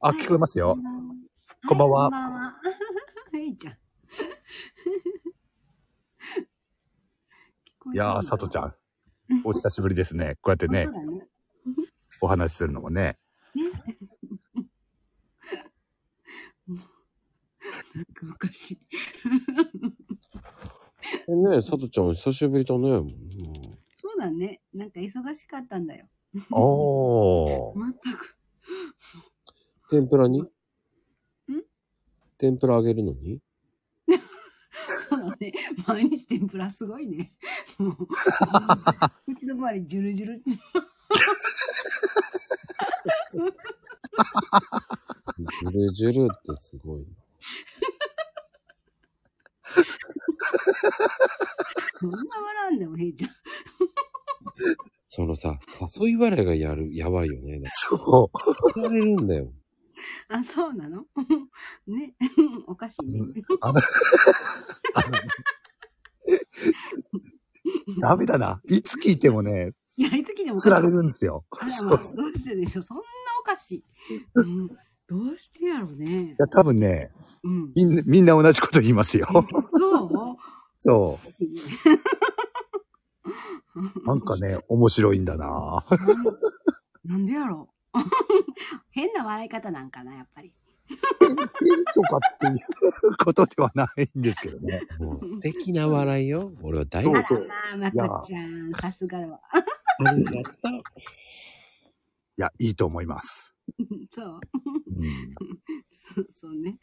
あ、聞こえますよ。こんばんは
こんばんは。いいじゃん。聞こえてる
いやー、さとちゃ
ん。
ん。お久しぶりですね。こうやってね
本当、だね。
お話しするのもね。
なんかおかしい。
ねえ、さとちゃん、久しぶりだね。うん
そうだね。なんか忙しかったんだよ。
おー。
まったく。
天ぷらに
ん
天ぷらあげるのに
そうだね。毎日天ぷらすごいね。もう。うちの周りジュルジュルって。
ジュルジュルってすごいな。
そんな笑うんだよ、へいちゃん。
そのさ、誘い笑いがやる、やばいよ ね。
そ
怒られるんだよ。
あ、そうなのね。おかしいね。
う。あの、あの ダメだな。いつ聞いてもね、
いや、いつ きでも。
釣られるんですよ。
あら
そ
まあ、
う。
どうしてでしょうそんなおかしい。うん、どうしてやろうね
い。や、多分ね、
うん。
みんな、みんな同じこと言いますよ。そ
そう
なんかね、面白いんだなぁ
なんでやろう 変な笑い方なんかな、やっぱり。
とかっていうことではないんですけど ね。
もう素敵な笑いよ。俺は大好
そ
き。
うそう。
あらまあ、まこちゃん、さすがは。
ありがと う
いや、いいと思います。
そう
うん
そそうね。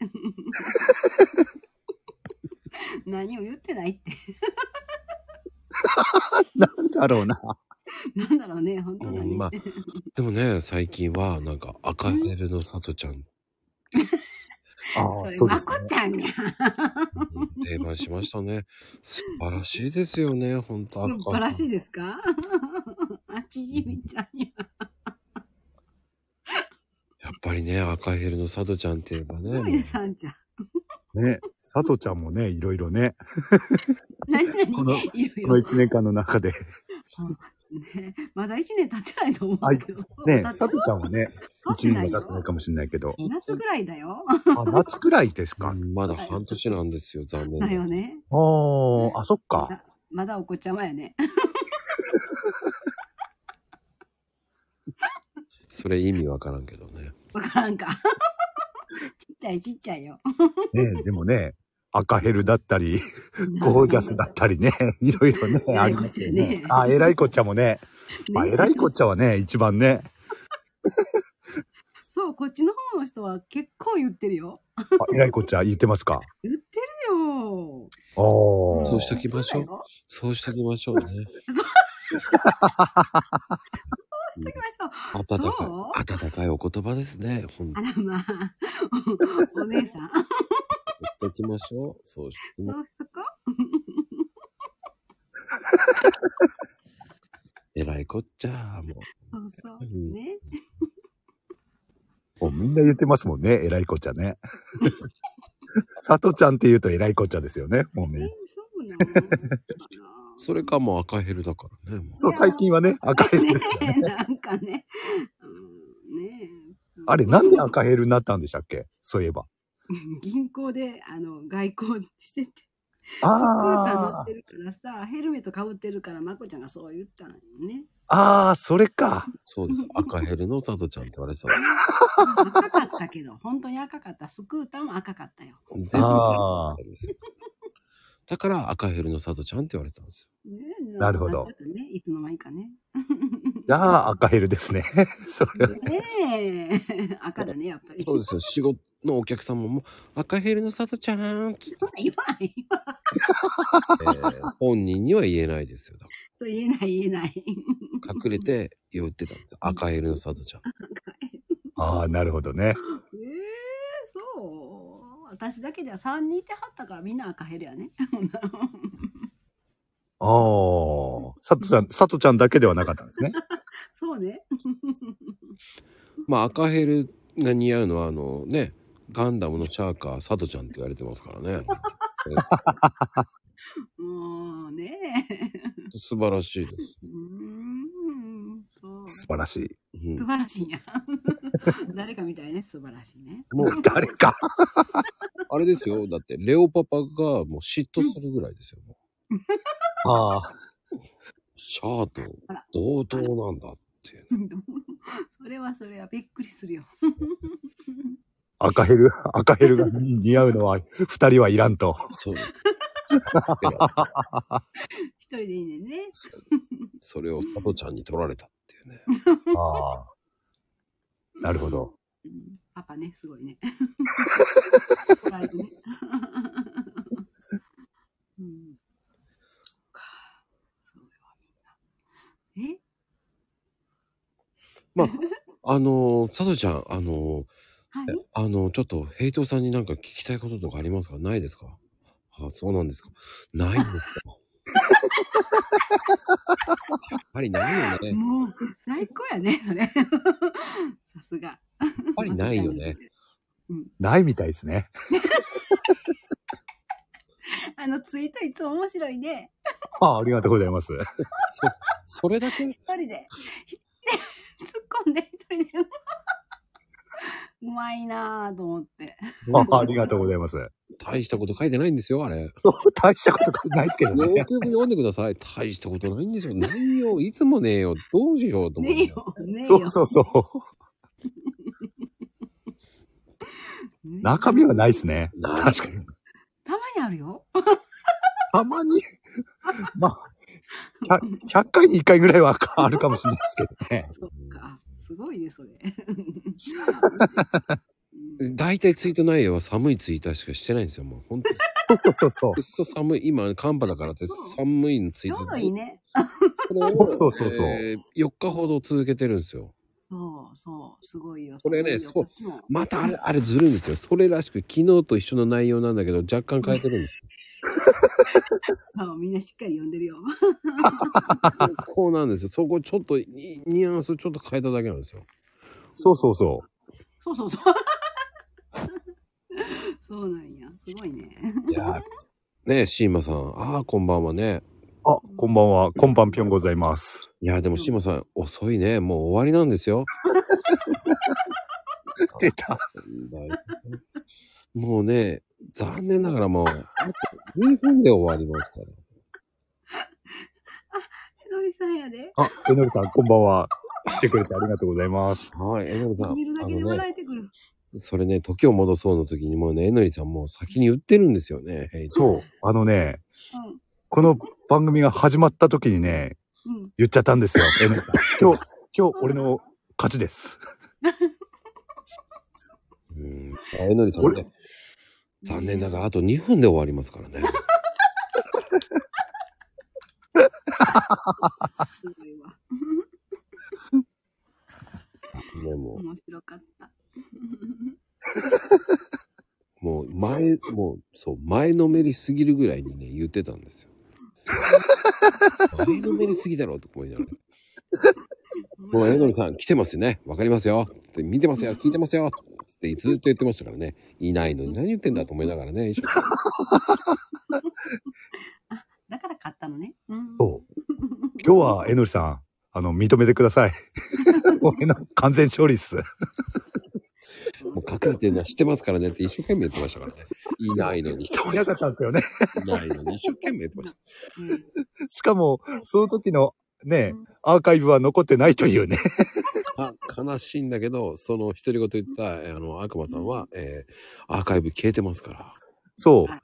何を言ってないって。
なんだろうな。
なんだろうね、本当
う
だ
ん
ね。
まあ、でもね、最近は、なんか、赤ヘルのさとちゃん、
ああ、そ
そ
う
れ、
で
ますこ
ね。
ちゃんや。
うん定番しましたね。素晴らしいですよね、本当
素晴らしい
い。
ですか あちじみちゃんや。
やっぱりね、赤ヘルのさとちゃんって言えばね、
すごいね、さんちゃん。
ね、佐藤ちゃんもね、いろいろね、
何々
この
いろい
こ
ろ
の1年間の中で。
ねまだ一年経ってないと思うけど。
ね、
だって
佐藤ちゃんはね、
経っ
1
てな
年
い
も
よ
経ってないかもしれないけど、
夏ぐらいだよ。
あ夏くらいですか。
う
あ
んまだ半年なんですよ、残念な
だよね。
あ、あ、そっか。
まだお子ちゃまやね。
それ意味わからんけどね。
わからん か。ちっちゃいちっちゃいよ。
ね、でもね、赤ヘルだったり、ゴージャ スだったり ね、いろいろね、ありますよ
偉いこっ
ね
ちゃね。
あ、えらいこっちゃもね、まあ、えらいこっ
ち。
ちゃはね、一番ね、
そう、こっちの方の人は結構言ってるよ。
あえらいこっちゃ言ってますか。
言ってるよ。
ああ、
そうしときましょう
そうだよ
そうしてきましょうね。
そうしときましょう。
温
そ
かい、温かいお言葉ですね。ほんと
あらまあ、おお姉さん。
してきましょう。そうして
そ
も、
そこ
えらいこっちゃ、もう。
そうそうう。
ん
ね。
もうみんな言ってますもんね、えらいこっちゃね。佐藤ちゃんって言うとえらいこっちゃですよね、もう
え
ね。
そう なのかな
それかもう赤ヘルだからね。もう
そう、最近はね、赤ヘル ですよね。
なんかね。うん、ねえ
あれ、なんで赤ヘルになったんでしたっけそういえば。
銀行で、あの、外交してて。スクーター乗
あ
ってるからさ、ヘルメットかぶってるから、まこちゃんがそう言ったのよね。
あ、ああ、それか。
そうです。赤ヘルのさとちゃんって言われてた。
赤かったけど、 本当に赤かった。スクーターも赤かったよ。
全部
あ
赤ヘルですよだから赤ヘルのさとちゃんって言われたんですよ。
ね
なるほど。
んかちょっとね、いつの間にかね。
ああ、赤ヘルですね。それは。
ねえ、赤だね、やっぱり。
そうですよ。仕事のお客様も、赤ヘルのさとちゃんっつって、
言わない。
えー本人には言えないですよ。だか
と言えない、言えない。
ら隠れて言ってたんですよ。赤ヘルのさとちゃん。
ああ、なるほどね。
ええそう。私だけでは3人いてはったからみんな赤ヘルやね。
ああ、佐藤ちゃん、佐藤ちゃんだけではなかったんですね。
そうね。
まあ赤ヘルが似合うのは、あのね、ガンダムのシャーカー、さとちゃんって言われてますからね。
もうね
素晴らしいです。
うーん。そう。
素
素
晴らしい。
うん
晴らしいや。 誰かみたいね。素晴らしいね。
もう、
誰か。
あれですよ。だって、レオパパがもう嫉妬するぐらいですよ。
ああ。
シャアと
あら
同等なんだっていう。
それはそれはびっくりするよ。
赤ヘル、赤ヘルが似合うのは、二人はいらんと。
そうです。
一人でいいねんね。
それをサトちゃんに取られたっていうね。
ああ。なるほど。
うんパパね、すご いね。怒られてねうん。そっか。それはみんな。え
あのー、サトちゃん、あの
はい
ー、えあのー、ちょっと、ヘイトさんになんか聞きたいこととかありますかないですかあ、そうなんですか。ないんですか。やっぱりないよね。や
もう、最高やね、それ。さすが。や
っぱりないよね。。
ないみたいですね。
あの、ツイートいつも面白いね。
ああ、ありがとうございます。
そそれだけ、
一人で。突っ込んで一人で。うまいなぁと思って。
あありがとうございます。
大したこと書いてないんですよ、あれ。よ
大したことないですけど
くよ
ね。
く読んでください。大したことないんですよ。内容、いつもねえよ。どうしようと思っ
ね
て
え。よ、ねえよ。
そうそうそう。
ね
中身はないですね。
ない
確かに。
たまにあるよ。
たまに、まあ、100, 100回に1回ぐらいはあるかもしれないですけどね。
そっか。すごい ね、それ。うん
大体ツイート内容は寒いツイートしかしてないんですよ。もう本当に。
そうそうそう。
くっそ寒い。今、寒波だからって寒いのツイ
ち
ー
ょ
ト
うどいいね。
そう
そうそうそう
4日ほど続けてるんですよ。
そうそう、すごいよ。
これね
すご
そ
いよ
う
こっちも
またあれ、あれずるいんですよ。それらしく昨日と一緒の内容なんだけど、若干変えてるんです
あみんなしっかり読んでるよ。
よ。こうなんですよ。そこちょっとニ、ニュアンスちょっと変えただけなんですよ。
そうそうそ
そうそうそう。 そうなんや。すごいね。
いやーねえ、シーマさん。ああ、こんばんはね。
う。あ、こんばんは。こんばんぴょんございます。
いやー、でもシーマさん、遅いね。もう終わりなんですよ。
出た。
もうね、残念ながらもう、あと2分で終わりますから。
のりさんやで。
あ、えのりさん、こんばんは。来てくれてありがとうございます。
はい、えのりさん。
見るだけ
あ
で
のね
笑えてくる。
それね、時を戻そうの時にもうね、えのりさんもう先に売ってるんですよね。ヘイ
そう。あのね、
うん。
この番組が始まった時にね、
うん。
言っちゃったんですよ。えのりさん今日、今日俺の勝ちです。
うん。あえのりさんね、残念ながらあと2分で終わりますからね。
すごいわ。
ね、も
面白かった。
う、もう前、もう、そう、前のめりすぎるぐらいにね、言ってたん ですよ。前のめりすぎだろとか思いながら。もうえのりさん来てますよね。わかりますよ。って見てますよ。聞いてますよ。ってずっと言ってましたからね。いないのに何言ってんだと思いながらね。一緒に
だから買ったのね。 うん。
そう。今日はえのりさん、あの、認めてくださ い。俺の完全勝利っす。
もう隠れてるのは知ってますからねって一生懸命言ってましたからね。いないのに。い
いなかったんですよね。
ないのに一生懸命言ってました。
うん
しかも、その時のね
うん、
アーカイブは残ってないというね。
あ悲しいんだけど、その独り言言った、えーあの、悪魔さんは、えーアーカイブ消えてますから。
そう
はい。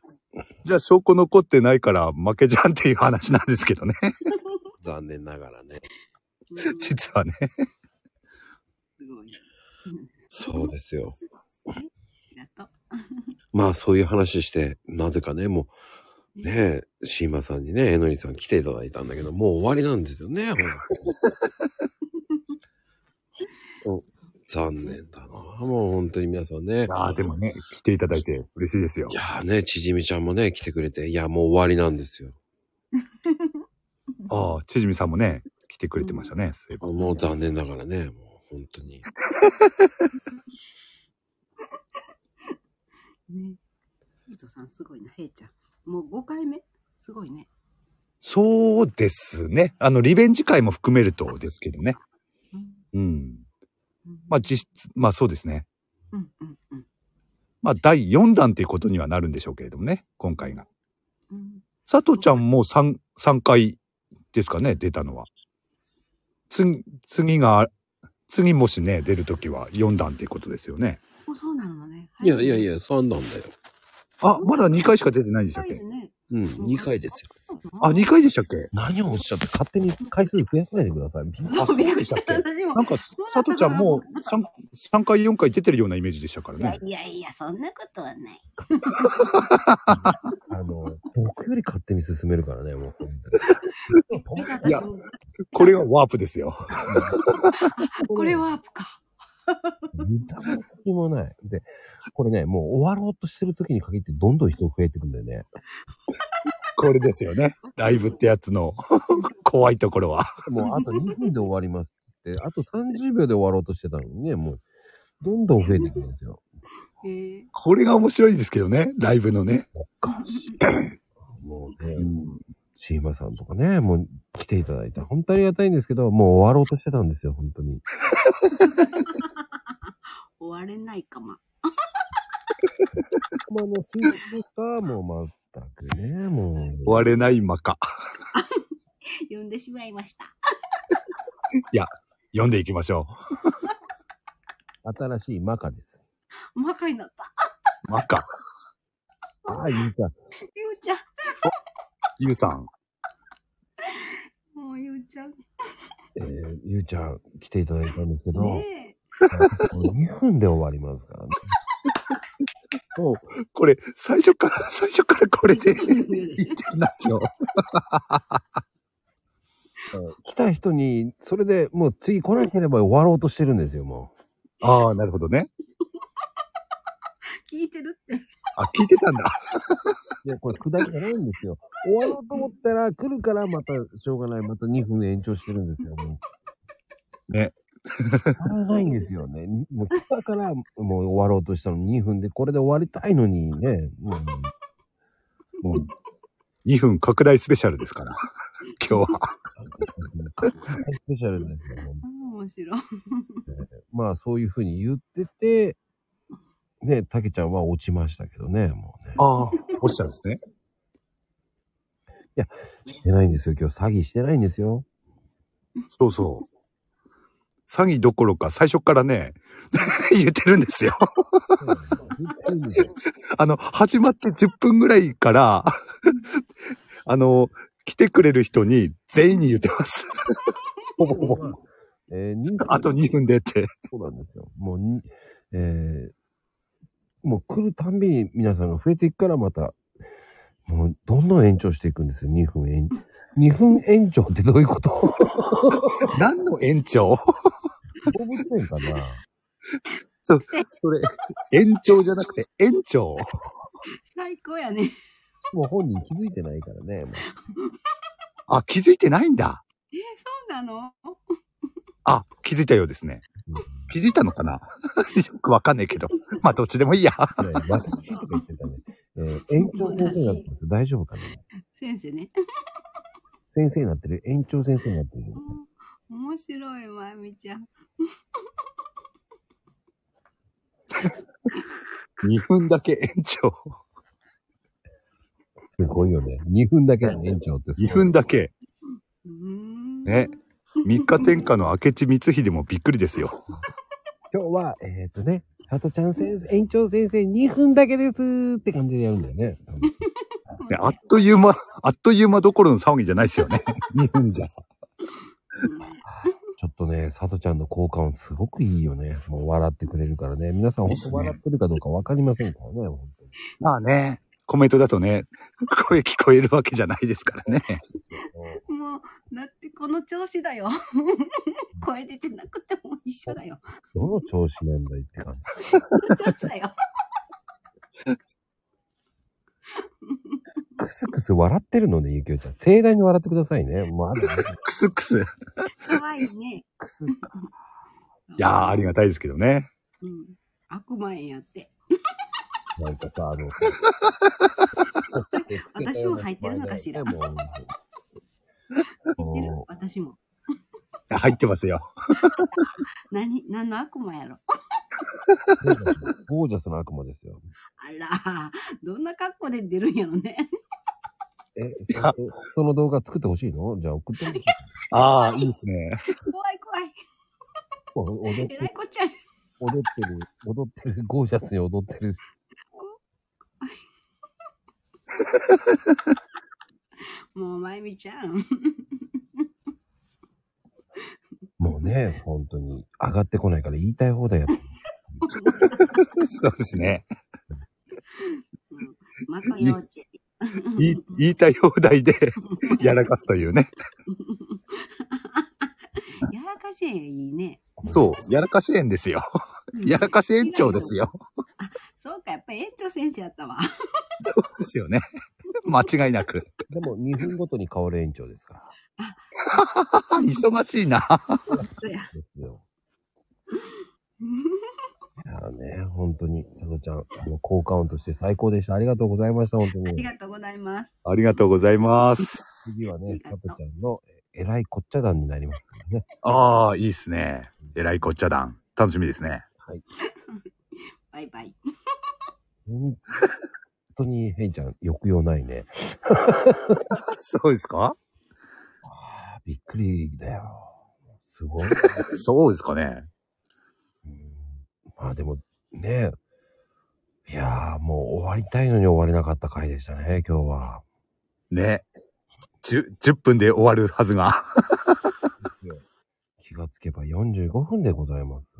じゃあ証拠残ってないから負けじゃんっていう話なんですけどね。
残念ながらね。
うんす
実はね。
ごい。
そうですよ。
だと。
まあ、そういう話して、なぜかね、もう、ねえ、シーマさんにね、えのりさん来ていただいたんだけど、もう終わりなんです よね、ほんとお残念だな。もう本当に皆さんね。
ああ、でもね、来ていただいて嬉しいですよ
い。やーね、ちじみちゃんもね、来てくれて、いや、もう終わりなんですよ。
ああ、ちじみさんもね、来てくれてましたね。そういえば
もう残念ながらね、もう本当に。
ね。伊藤さん、すごいな、へいちゃん。もう5回目。すごいね。
そうですね。あの、リベンジ会も含めるとですけどね。
うん。
うん。
うん
まあ実質、まあそうですね。
うんうんうん
まあ第4弾っていうことにはなるんでしょうけれどもね、今回が。
うん。
佐藤ちゃんも3、3回ですかね、出たのは。次、次が、次もしね、出るときは4弾っていうことですよね。
もうそうなのね。
いやいやい
や。
や、3段だよ。
あ、まだ2回しか出てないんでしたっ
はい
け
ね。
うん、2回ですよ。
あ、2回でしたっけ
何をおっしゃって勝手に回数増やさないでください。
そう、びっくりした。
そう
私も
なんか、佐藤ちゃんもう 3, 3回4回出てるようなイメージでしたから
いや
ね。
いやいや、そんなことはない。
あの、僕より勝手に進めるからね、もう。
いやこれがワープですよ。
これワープか。
見た目先もない。で、これね、もう終わろうとしてる時に限ってどんどん人増えてくんだよね。
これですよね。ライブってやつの怖いところは。
もうあと2分で終わりますって、あと30秒で終わろうとしてたのにね、もう、どんどん増えていくんですよ。
へえ。
これが面白いですけどね。ライブのね。
もうね、シーマさんとかね、もう来ていただいて、本当にありがたいんですけど、もう終わろうとしてたんですよ、本当に。
終終われないかま。
まあ、もう、水族か、もう、まったくね、もう。
終われないマカ。
呼んでしまいました。
読んでいきましょ
新しいマカです。
魔界になった。
う。マカ。
ああ、いいか。
ゆうちゃ
ゆうさん。
ん。もうゆうちゃん。
えー、ゆうちゃん、来ていただいたんですけど、
ねえ。
2分で終わりますからね。
もう、これ、最初から、 最初からこれで、いってないよ。
来た人に、それでもう次来なければ終わろうとしてるんですよ、も
ああ、なるほどね。
聞いてるって。
あ、聞いてたんだ。
う。いや、これ下りじゃないんですよ。終わろうと思ったら来るからまたしょうがない、また2分延長してるんですよ、もう。
ね。
長いんですよね。もう来たからもう終わろうとしたのに2分でこれで終わりたいのにね。もう
もう、2分拡大スペシャルですから。今日は。
スペシャルですよ、本当に
あー面白い。
まあそういうふうに言ってて、ね、たけちゃんは落ちましたけどね、もうね。
ああ、落ちたんですね。
してないんですよ、今日詐欺してないんです よ。
そうそう。詐欺どころか、最初からね、 言ってるんですよ。
言ってるんですよ
あの、始まって10分ぐらいから、 あの、来てくれる人に全員に言ってます。ほぼほぼ。
えー、人
あと2分でって。
そうなんですよ。もうに、えーもう来るたんびに皆さんが増えていくからまた、もうどんどん延長していくんですよ、2分延長。2分延長ってどういうこと
何の延長
動物園かな
そそれ、延長じゃなくて延長。
最高やね。
もう本人気づいてないからね。もう
あ、気づいてないんだ。
そうなの
あ、気づいたようですね。気づいたのかな よくわかんないけど。まあ、どっちでもいいや。
ね私とか言ってたね。えー延長先生になってる大丈夫かな
先生ね。
先生になってる。延長先生になってる。
うん面白い、まゆみちゃん。
2分だけ延長。
すごいよね。2分だけの延長ってすごい。
2分だけ。
うーん。
ね。三日天下の明智光秀もびっくりですよ。
今日は、えっ、とね、さとちゃん先生、延長先生2分だけですって感じでやるんだよね。
そう
ね
ね
あっという間、あっという間どころの騒ぎじゃないですよね。2分 じゃ。
うん
ちょっとね、さとちゃんの効果音すごくいいよね。もう笑ってくれるからね。皆さん本当笑ってるかどうかわかりませんからね、本当に。
まあね、コメントだとね、声聞こえるわけじゃないですからね。
もう、だってこの調子だよ。 声出てなくても一緒だよ。
どの調子なんだいって感じ。
この調子 だよ。
クスクス笑ってるのね、ゆきおちゃん。盛大に笑ってくださいね。もうある、ね、
クスクス。い
可愛いね。
クス
やー、ありがたいですけどね。
うん。悪魔園やって。
なんかさ、あの、
私も入ってるのかしら
もう
見てる
も
私も。
入ってますよ。
何、何の悪魔やろ。
うゴージャスな悪魔ですよ。
あら、どんな格好で出るんやろね。
え、そその動画作ってほしいのじゃあ送ってみて。
ああ、いいですね。
怖い怖い。
お踊っ
えらい
て、
こっちゃい。
踊ってる、踊ってる、ゴージャスに踊ってる。
もう、まゆみちゃ ん。
もうね、本当に上がってこないから言いたい放題やってる。
そうですね。
また幼稚園。
言 い言いたい放題でやらかすというね。
やらかし園いいね。
そう、やらかし園ですよ。やらかし園長ですよ。
そうか、やっぱり園長先生やったわ。
そうです よね。間違いなく。
でも2分ごとに変わる延長ですから。
あ忙しいな。
そうや。
ですよ。いやーね、本当に、さとちゃん、あの、効果音として最高でした。ありがとうございました、本当
あり
に。
がとうございます。
ありがとうございます。
次はね、
あ
さ
りがとう
とちゃんの、えらいこっちゃ団になりますからね。
ああ、いいですね。えらいこっちゃ団。楽しみですね。
はい。
バイバイ。
本当に、ヘイちゃん、抑揚ないね。
そうですか
あびっくりだよ。すごい。
そうですかね。
うんまあでも、ねいやー、もう終わりたいのに終われなかった回でしたね、今日は。
ね。10, 10分で終わるはずが。
気がつけば45分でございます。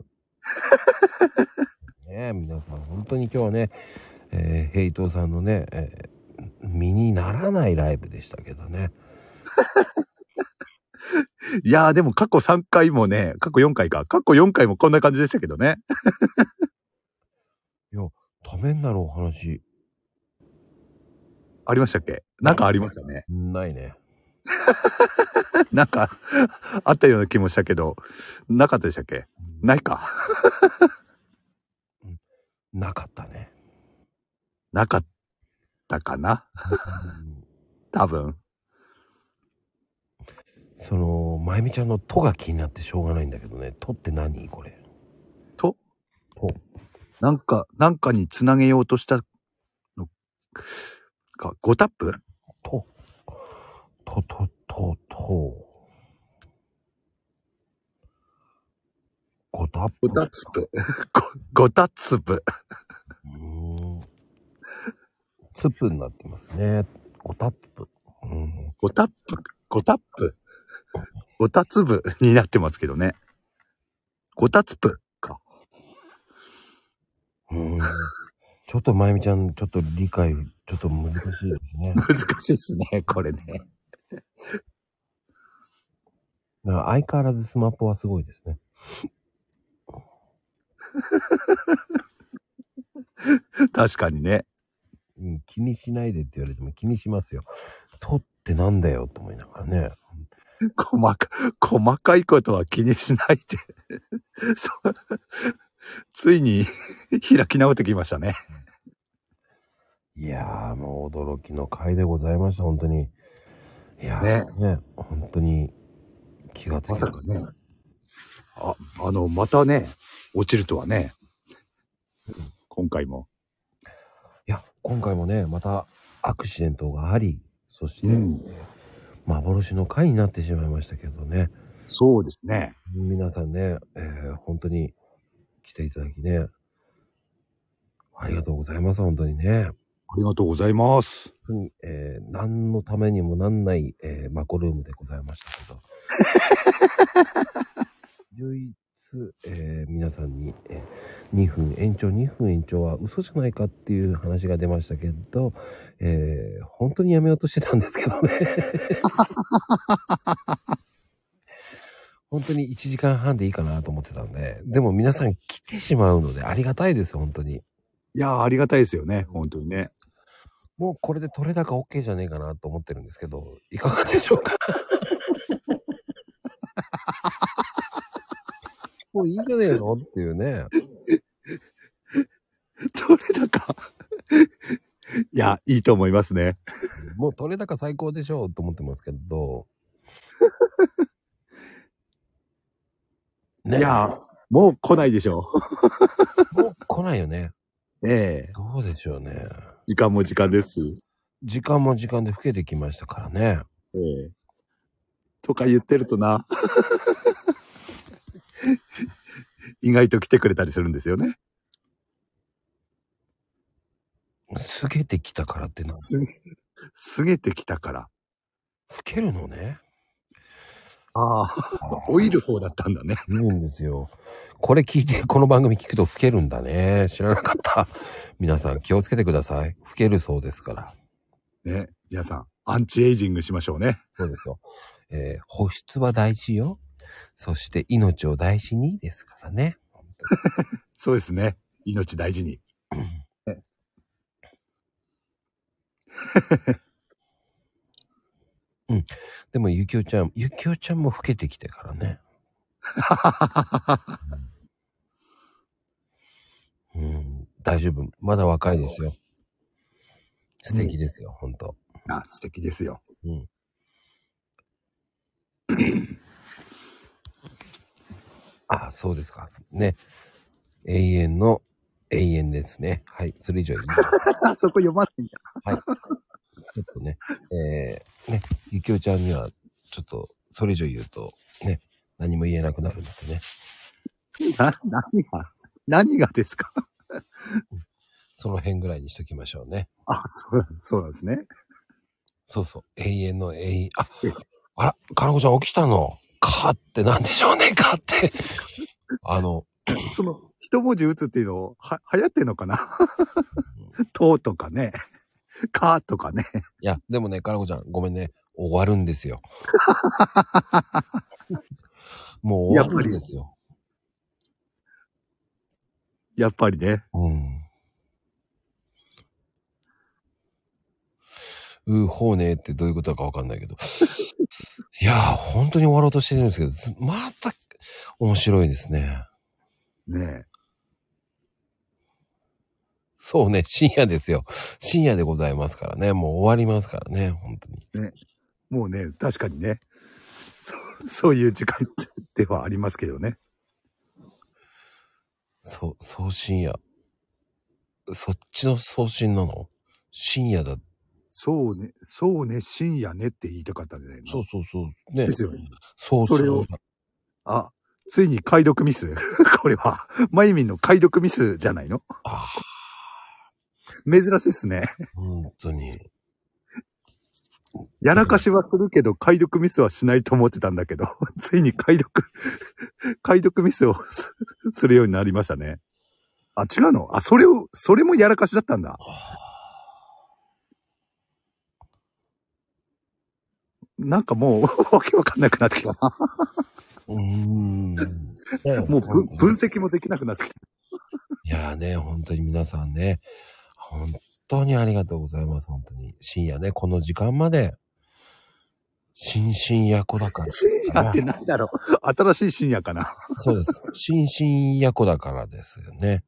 ねえ、皆さん、本当に今日はね、えー、ヘイトさんのね、えー身にならないライブでしたけどね。
いやーでも過去3回もね、過去4回か。過去4回もこんな感じでしたけどね。
ためになるお話、
ありましたっけなんかありましたね。
ないね。
なんか、あったような気もしたけど、なかったでしたっけないか。
なかったね。
なかったかな多分。
うんその、まゆみちゃんの「と」が気になってしょうがないんだけどね、「と」って何これ。
と
と。
なんか、なんかにつなげようとしたのか、5タップ
と。と、と、と、と。ごたっぷ。
?5 タップ。5タップ。
うーん。つぷになってますね。ごたっぷ。うん。
5タップ、5タップ。5タップになってますけどね。5タップか。
うん、ちょっとまゆみちゃん、ちょっと理解、ちょっと難しいですね。
難しいですね、これね。
だから相変わらずスマップはすごいですね。
確かにね。
うん、気にしないでって言われても気にしますよ。とってなんだよと思いながらね。
細か、細かいことは気にしないで。そうついに開き直ってきましたね。
いやー、もう驚きの回でございました、本当に。いやー、ね本当に気がつきました
ね。あ、あの、またね、落ちるとはね。今回も。
いや、今回もね、またアクシデントがあり、そして、
うん
幻の回になってしまいましたけどね。
そうですね。
皆さんね、えー本当に来ていただきね、ありがとうございます、本当にね。
ありがとうございます。
本当に、えー何のためにもなんない、えーマコルームでございましたけど。唯一、えー皆さんに、えー2分延長、2分延長は嘘じゃないかっていう話が出ましたけど、えー本当にやめようとしてたんですけどね。本当に1時間半でいいかなと思ってたんで、でも皆さん来てしまうのでありがたいです、本当に。
いやー、ありがたいですよね。本当にね。
もうこれで取れ高 OK じゃねえかなと思ってるんですけど、いかがでしょうか もういいんじゃねえのっていうね。
どれだか。 いや、いいと思いますね。
もう取れ高最高でしょうと思ってますけど。ね、
いや、もう来ないでしょ
もう来ないよね。
う。 ええ
どうでしょうね。
時間も時間です。
時間も時間で老けてきましたからね。
ええとか言ってると な。意外と来てくれたりするんですよね。
過げてきたからってな。
す、すげてきたから。
老けるの ね。
あ あ、老いる方だったんだね。
いるんですよ。これ聞いて、この番組聞くと老けるんだね。知らなかった。皆さん気をつけてください。老けるそうですから。
ね、皆さん、アンチエイジングしましょうね。
そうですよ。えー保湿は大事よ。そして命を大事にですからね。
そうですね。命大事 に。
でもゆきおちゃん、ゆきおちゃんも老けてきてからね。うん、大丈夫。まだ若いですよ。素敵ですよ、ほんと。
あ、素敵ですよ。
うん。あ、そうですか。ね。永遠の永遠ですね。はい。それ以上言いません
あ そこ読まないんだ。
ちょっとね、えー、ね、ゆきおちゃんには、ちょっと、それ以上言うと、ね、何も言えなくなるんだってね。
な、何が、何がですか
その辺ぐらいにしときましょうね。
あ、そう、そうなんですね。
そうそう。永遠の永遠。あ、あら、かなこちゃん起きたの。かってなんでしょうね、かって。あの、
その、一文字打つっていうのを、は、流行ってんのか なとうとかね。かとかね。
いや、でもね、かなこちゃん、ごめんね。終わるんですよ。もう終わるんですよ。
やっぱりね。
うん。うーほうねーってどういうことだかわかんないけど。いやー、本当に終わろうとしてるんですけど、ずまた面白いですね。
ね
そうね、深夜ですよ。深夜でございますからね。もう終わりますからね、本当に。
え。もうね、確かにね。そう、そういう時間ではありますけどね。
そう、送信や。そっちの送信なの深夜だ。
そうね、そうね、深夜ねって言いたかったんじゃないの
そうそうそう。ね
で。すよね。
そう
それを。あ、ついに解読ミス。 これは、まゆみんの解読ミスじゃないの
あ
珍しいっすね。
ー本当に。
やらかしはするけど、解読ミスはしないと思ってたんだけど、 ついに解読、 解読ミスを すするようになりましたね。あ、違うのあ、それを、それもやらかしだったんだ。なんかもう、わ けわかんなくなってきたな。
うーん。
もうぶ分析もできなくなってきた。
いやーね、本当に皆さんね、本当にありがとうございます、本当に。深夜ね、この時間まで、心身やこだから。
深夜って何だろう新しい深夜かな。
そうです。心身やこだからですよね。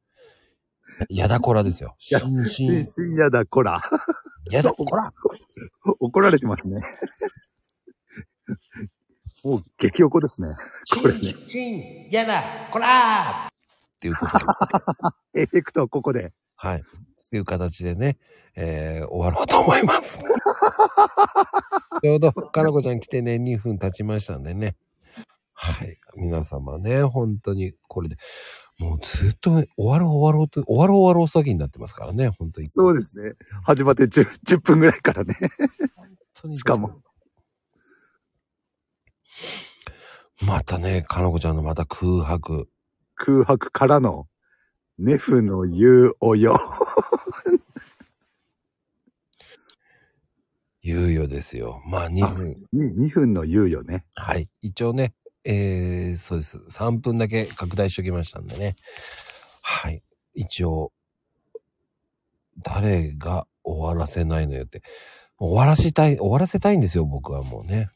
やだこらですよ。
や
心
深
身、
夜だ、こら。
やだこら
怒られてますね。 もう激おこです ね。これね。
チン、やだ、こらー
っていうことで。
エフェクトをここで。
はい。っていう形でね、えー、終わろうと思い ます。ちょうど、かなこちゃん来てね、2分経ちましたんでね。はい。皆様ね、本当に、これで、もうずっと終わろう終わろうと、終わろう終わろう詐欺になってますからね、本当に。
そうですね。始まって 10, 10分ぐらいからね。
本当に
しかも。
またね、かなこちゃんのまた空白。
空白からの、ネフの言うおよ。
猶予ですよ。まあ2分。
2分の言うよね。
はい。一応ね、えー、そうです。3分だけ拡大しときましたんでね。はい。一応、誰が終わらせないのよって。終わらしたい、終わらせたいんですよ、僕はも うね。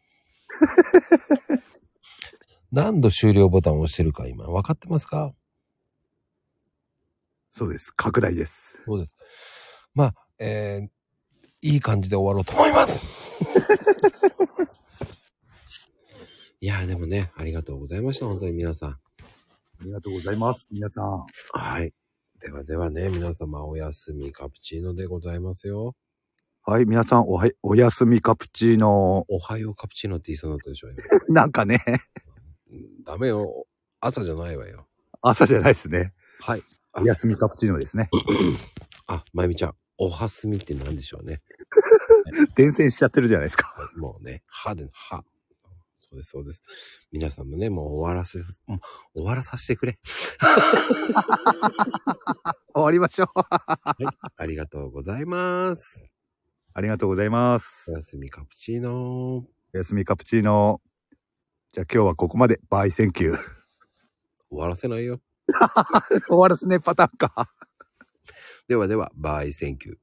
何度終了ボタンを押してるか今、分かってますか
そうです。拡大です。
そうです。まあ、えー、いい感じで終わろうと思います。
いやーでもね、ありがとうございました、本当に皆さん。
ありがとうございます。皆さん。
はい。ではではね、皆様おやすみカプチーノでございますよ。
はい。皆さん、おはよおやすみカプチーノ。
おはようカプチーノって言いそうになったでしょ、今
なんかね、
うん ダメよ。朝じゃないわよ。
朝じゃないですね。
はい。
おやすみカプチーノですね。
あ、まゆみちゃん、おはすみって何でしょうね。
伝染しちゃってるじゃないですか。
はいもうね、はで、は。そうです、そうです。皆さんもね、もう終わらせ、もう終わらさせてくれ。
終わりましょう。
ありがとうございます。
ありがとうございます
お。やすみカプチーノ
おやすみカプチーノ。じゃあ今日はここまで。バイセンキ ュー。
終わらせないよ。
終わらすねパターンか。
ではでは、バイセンキュー。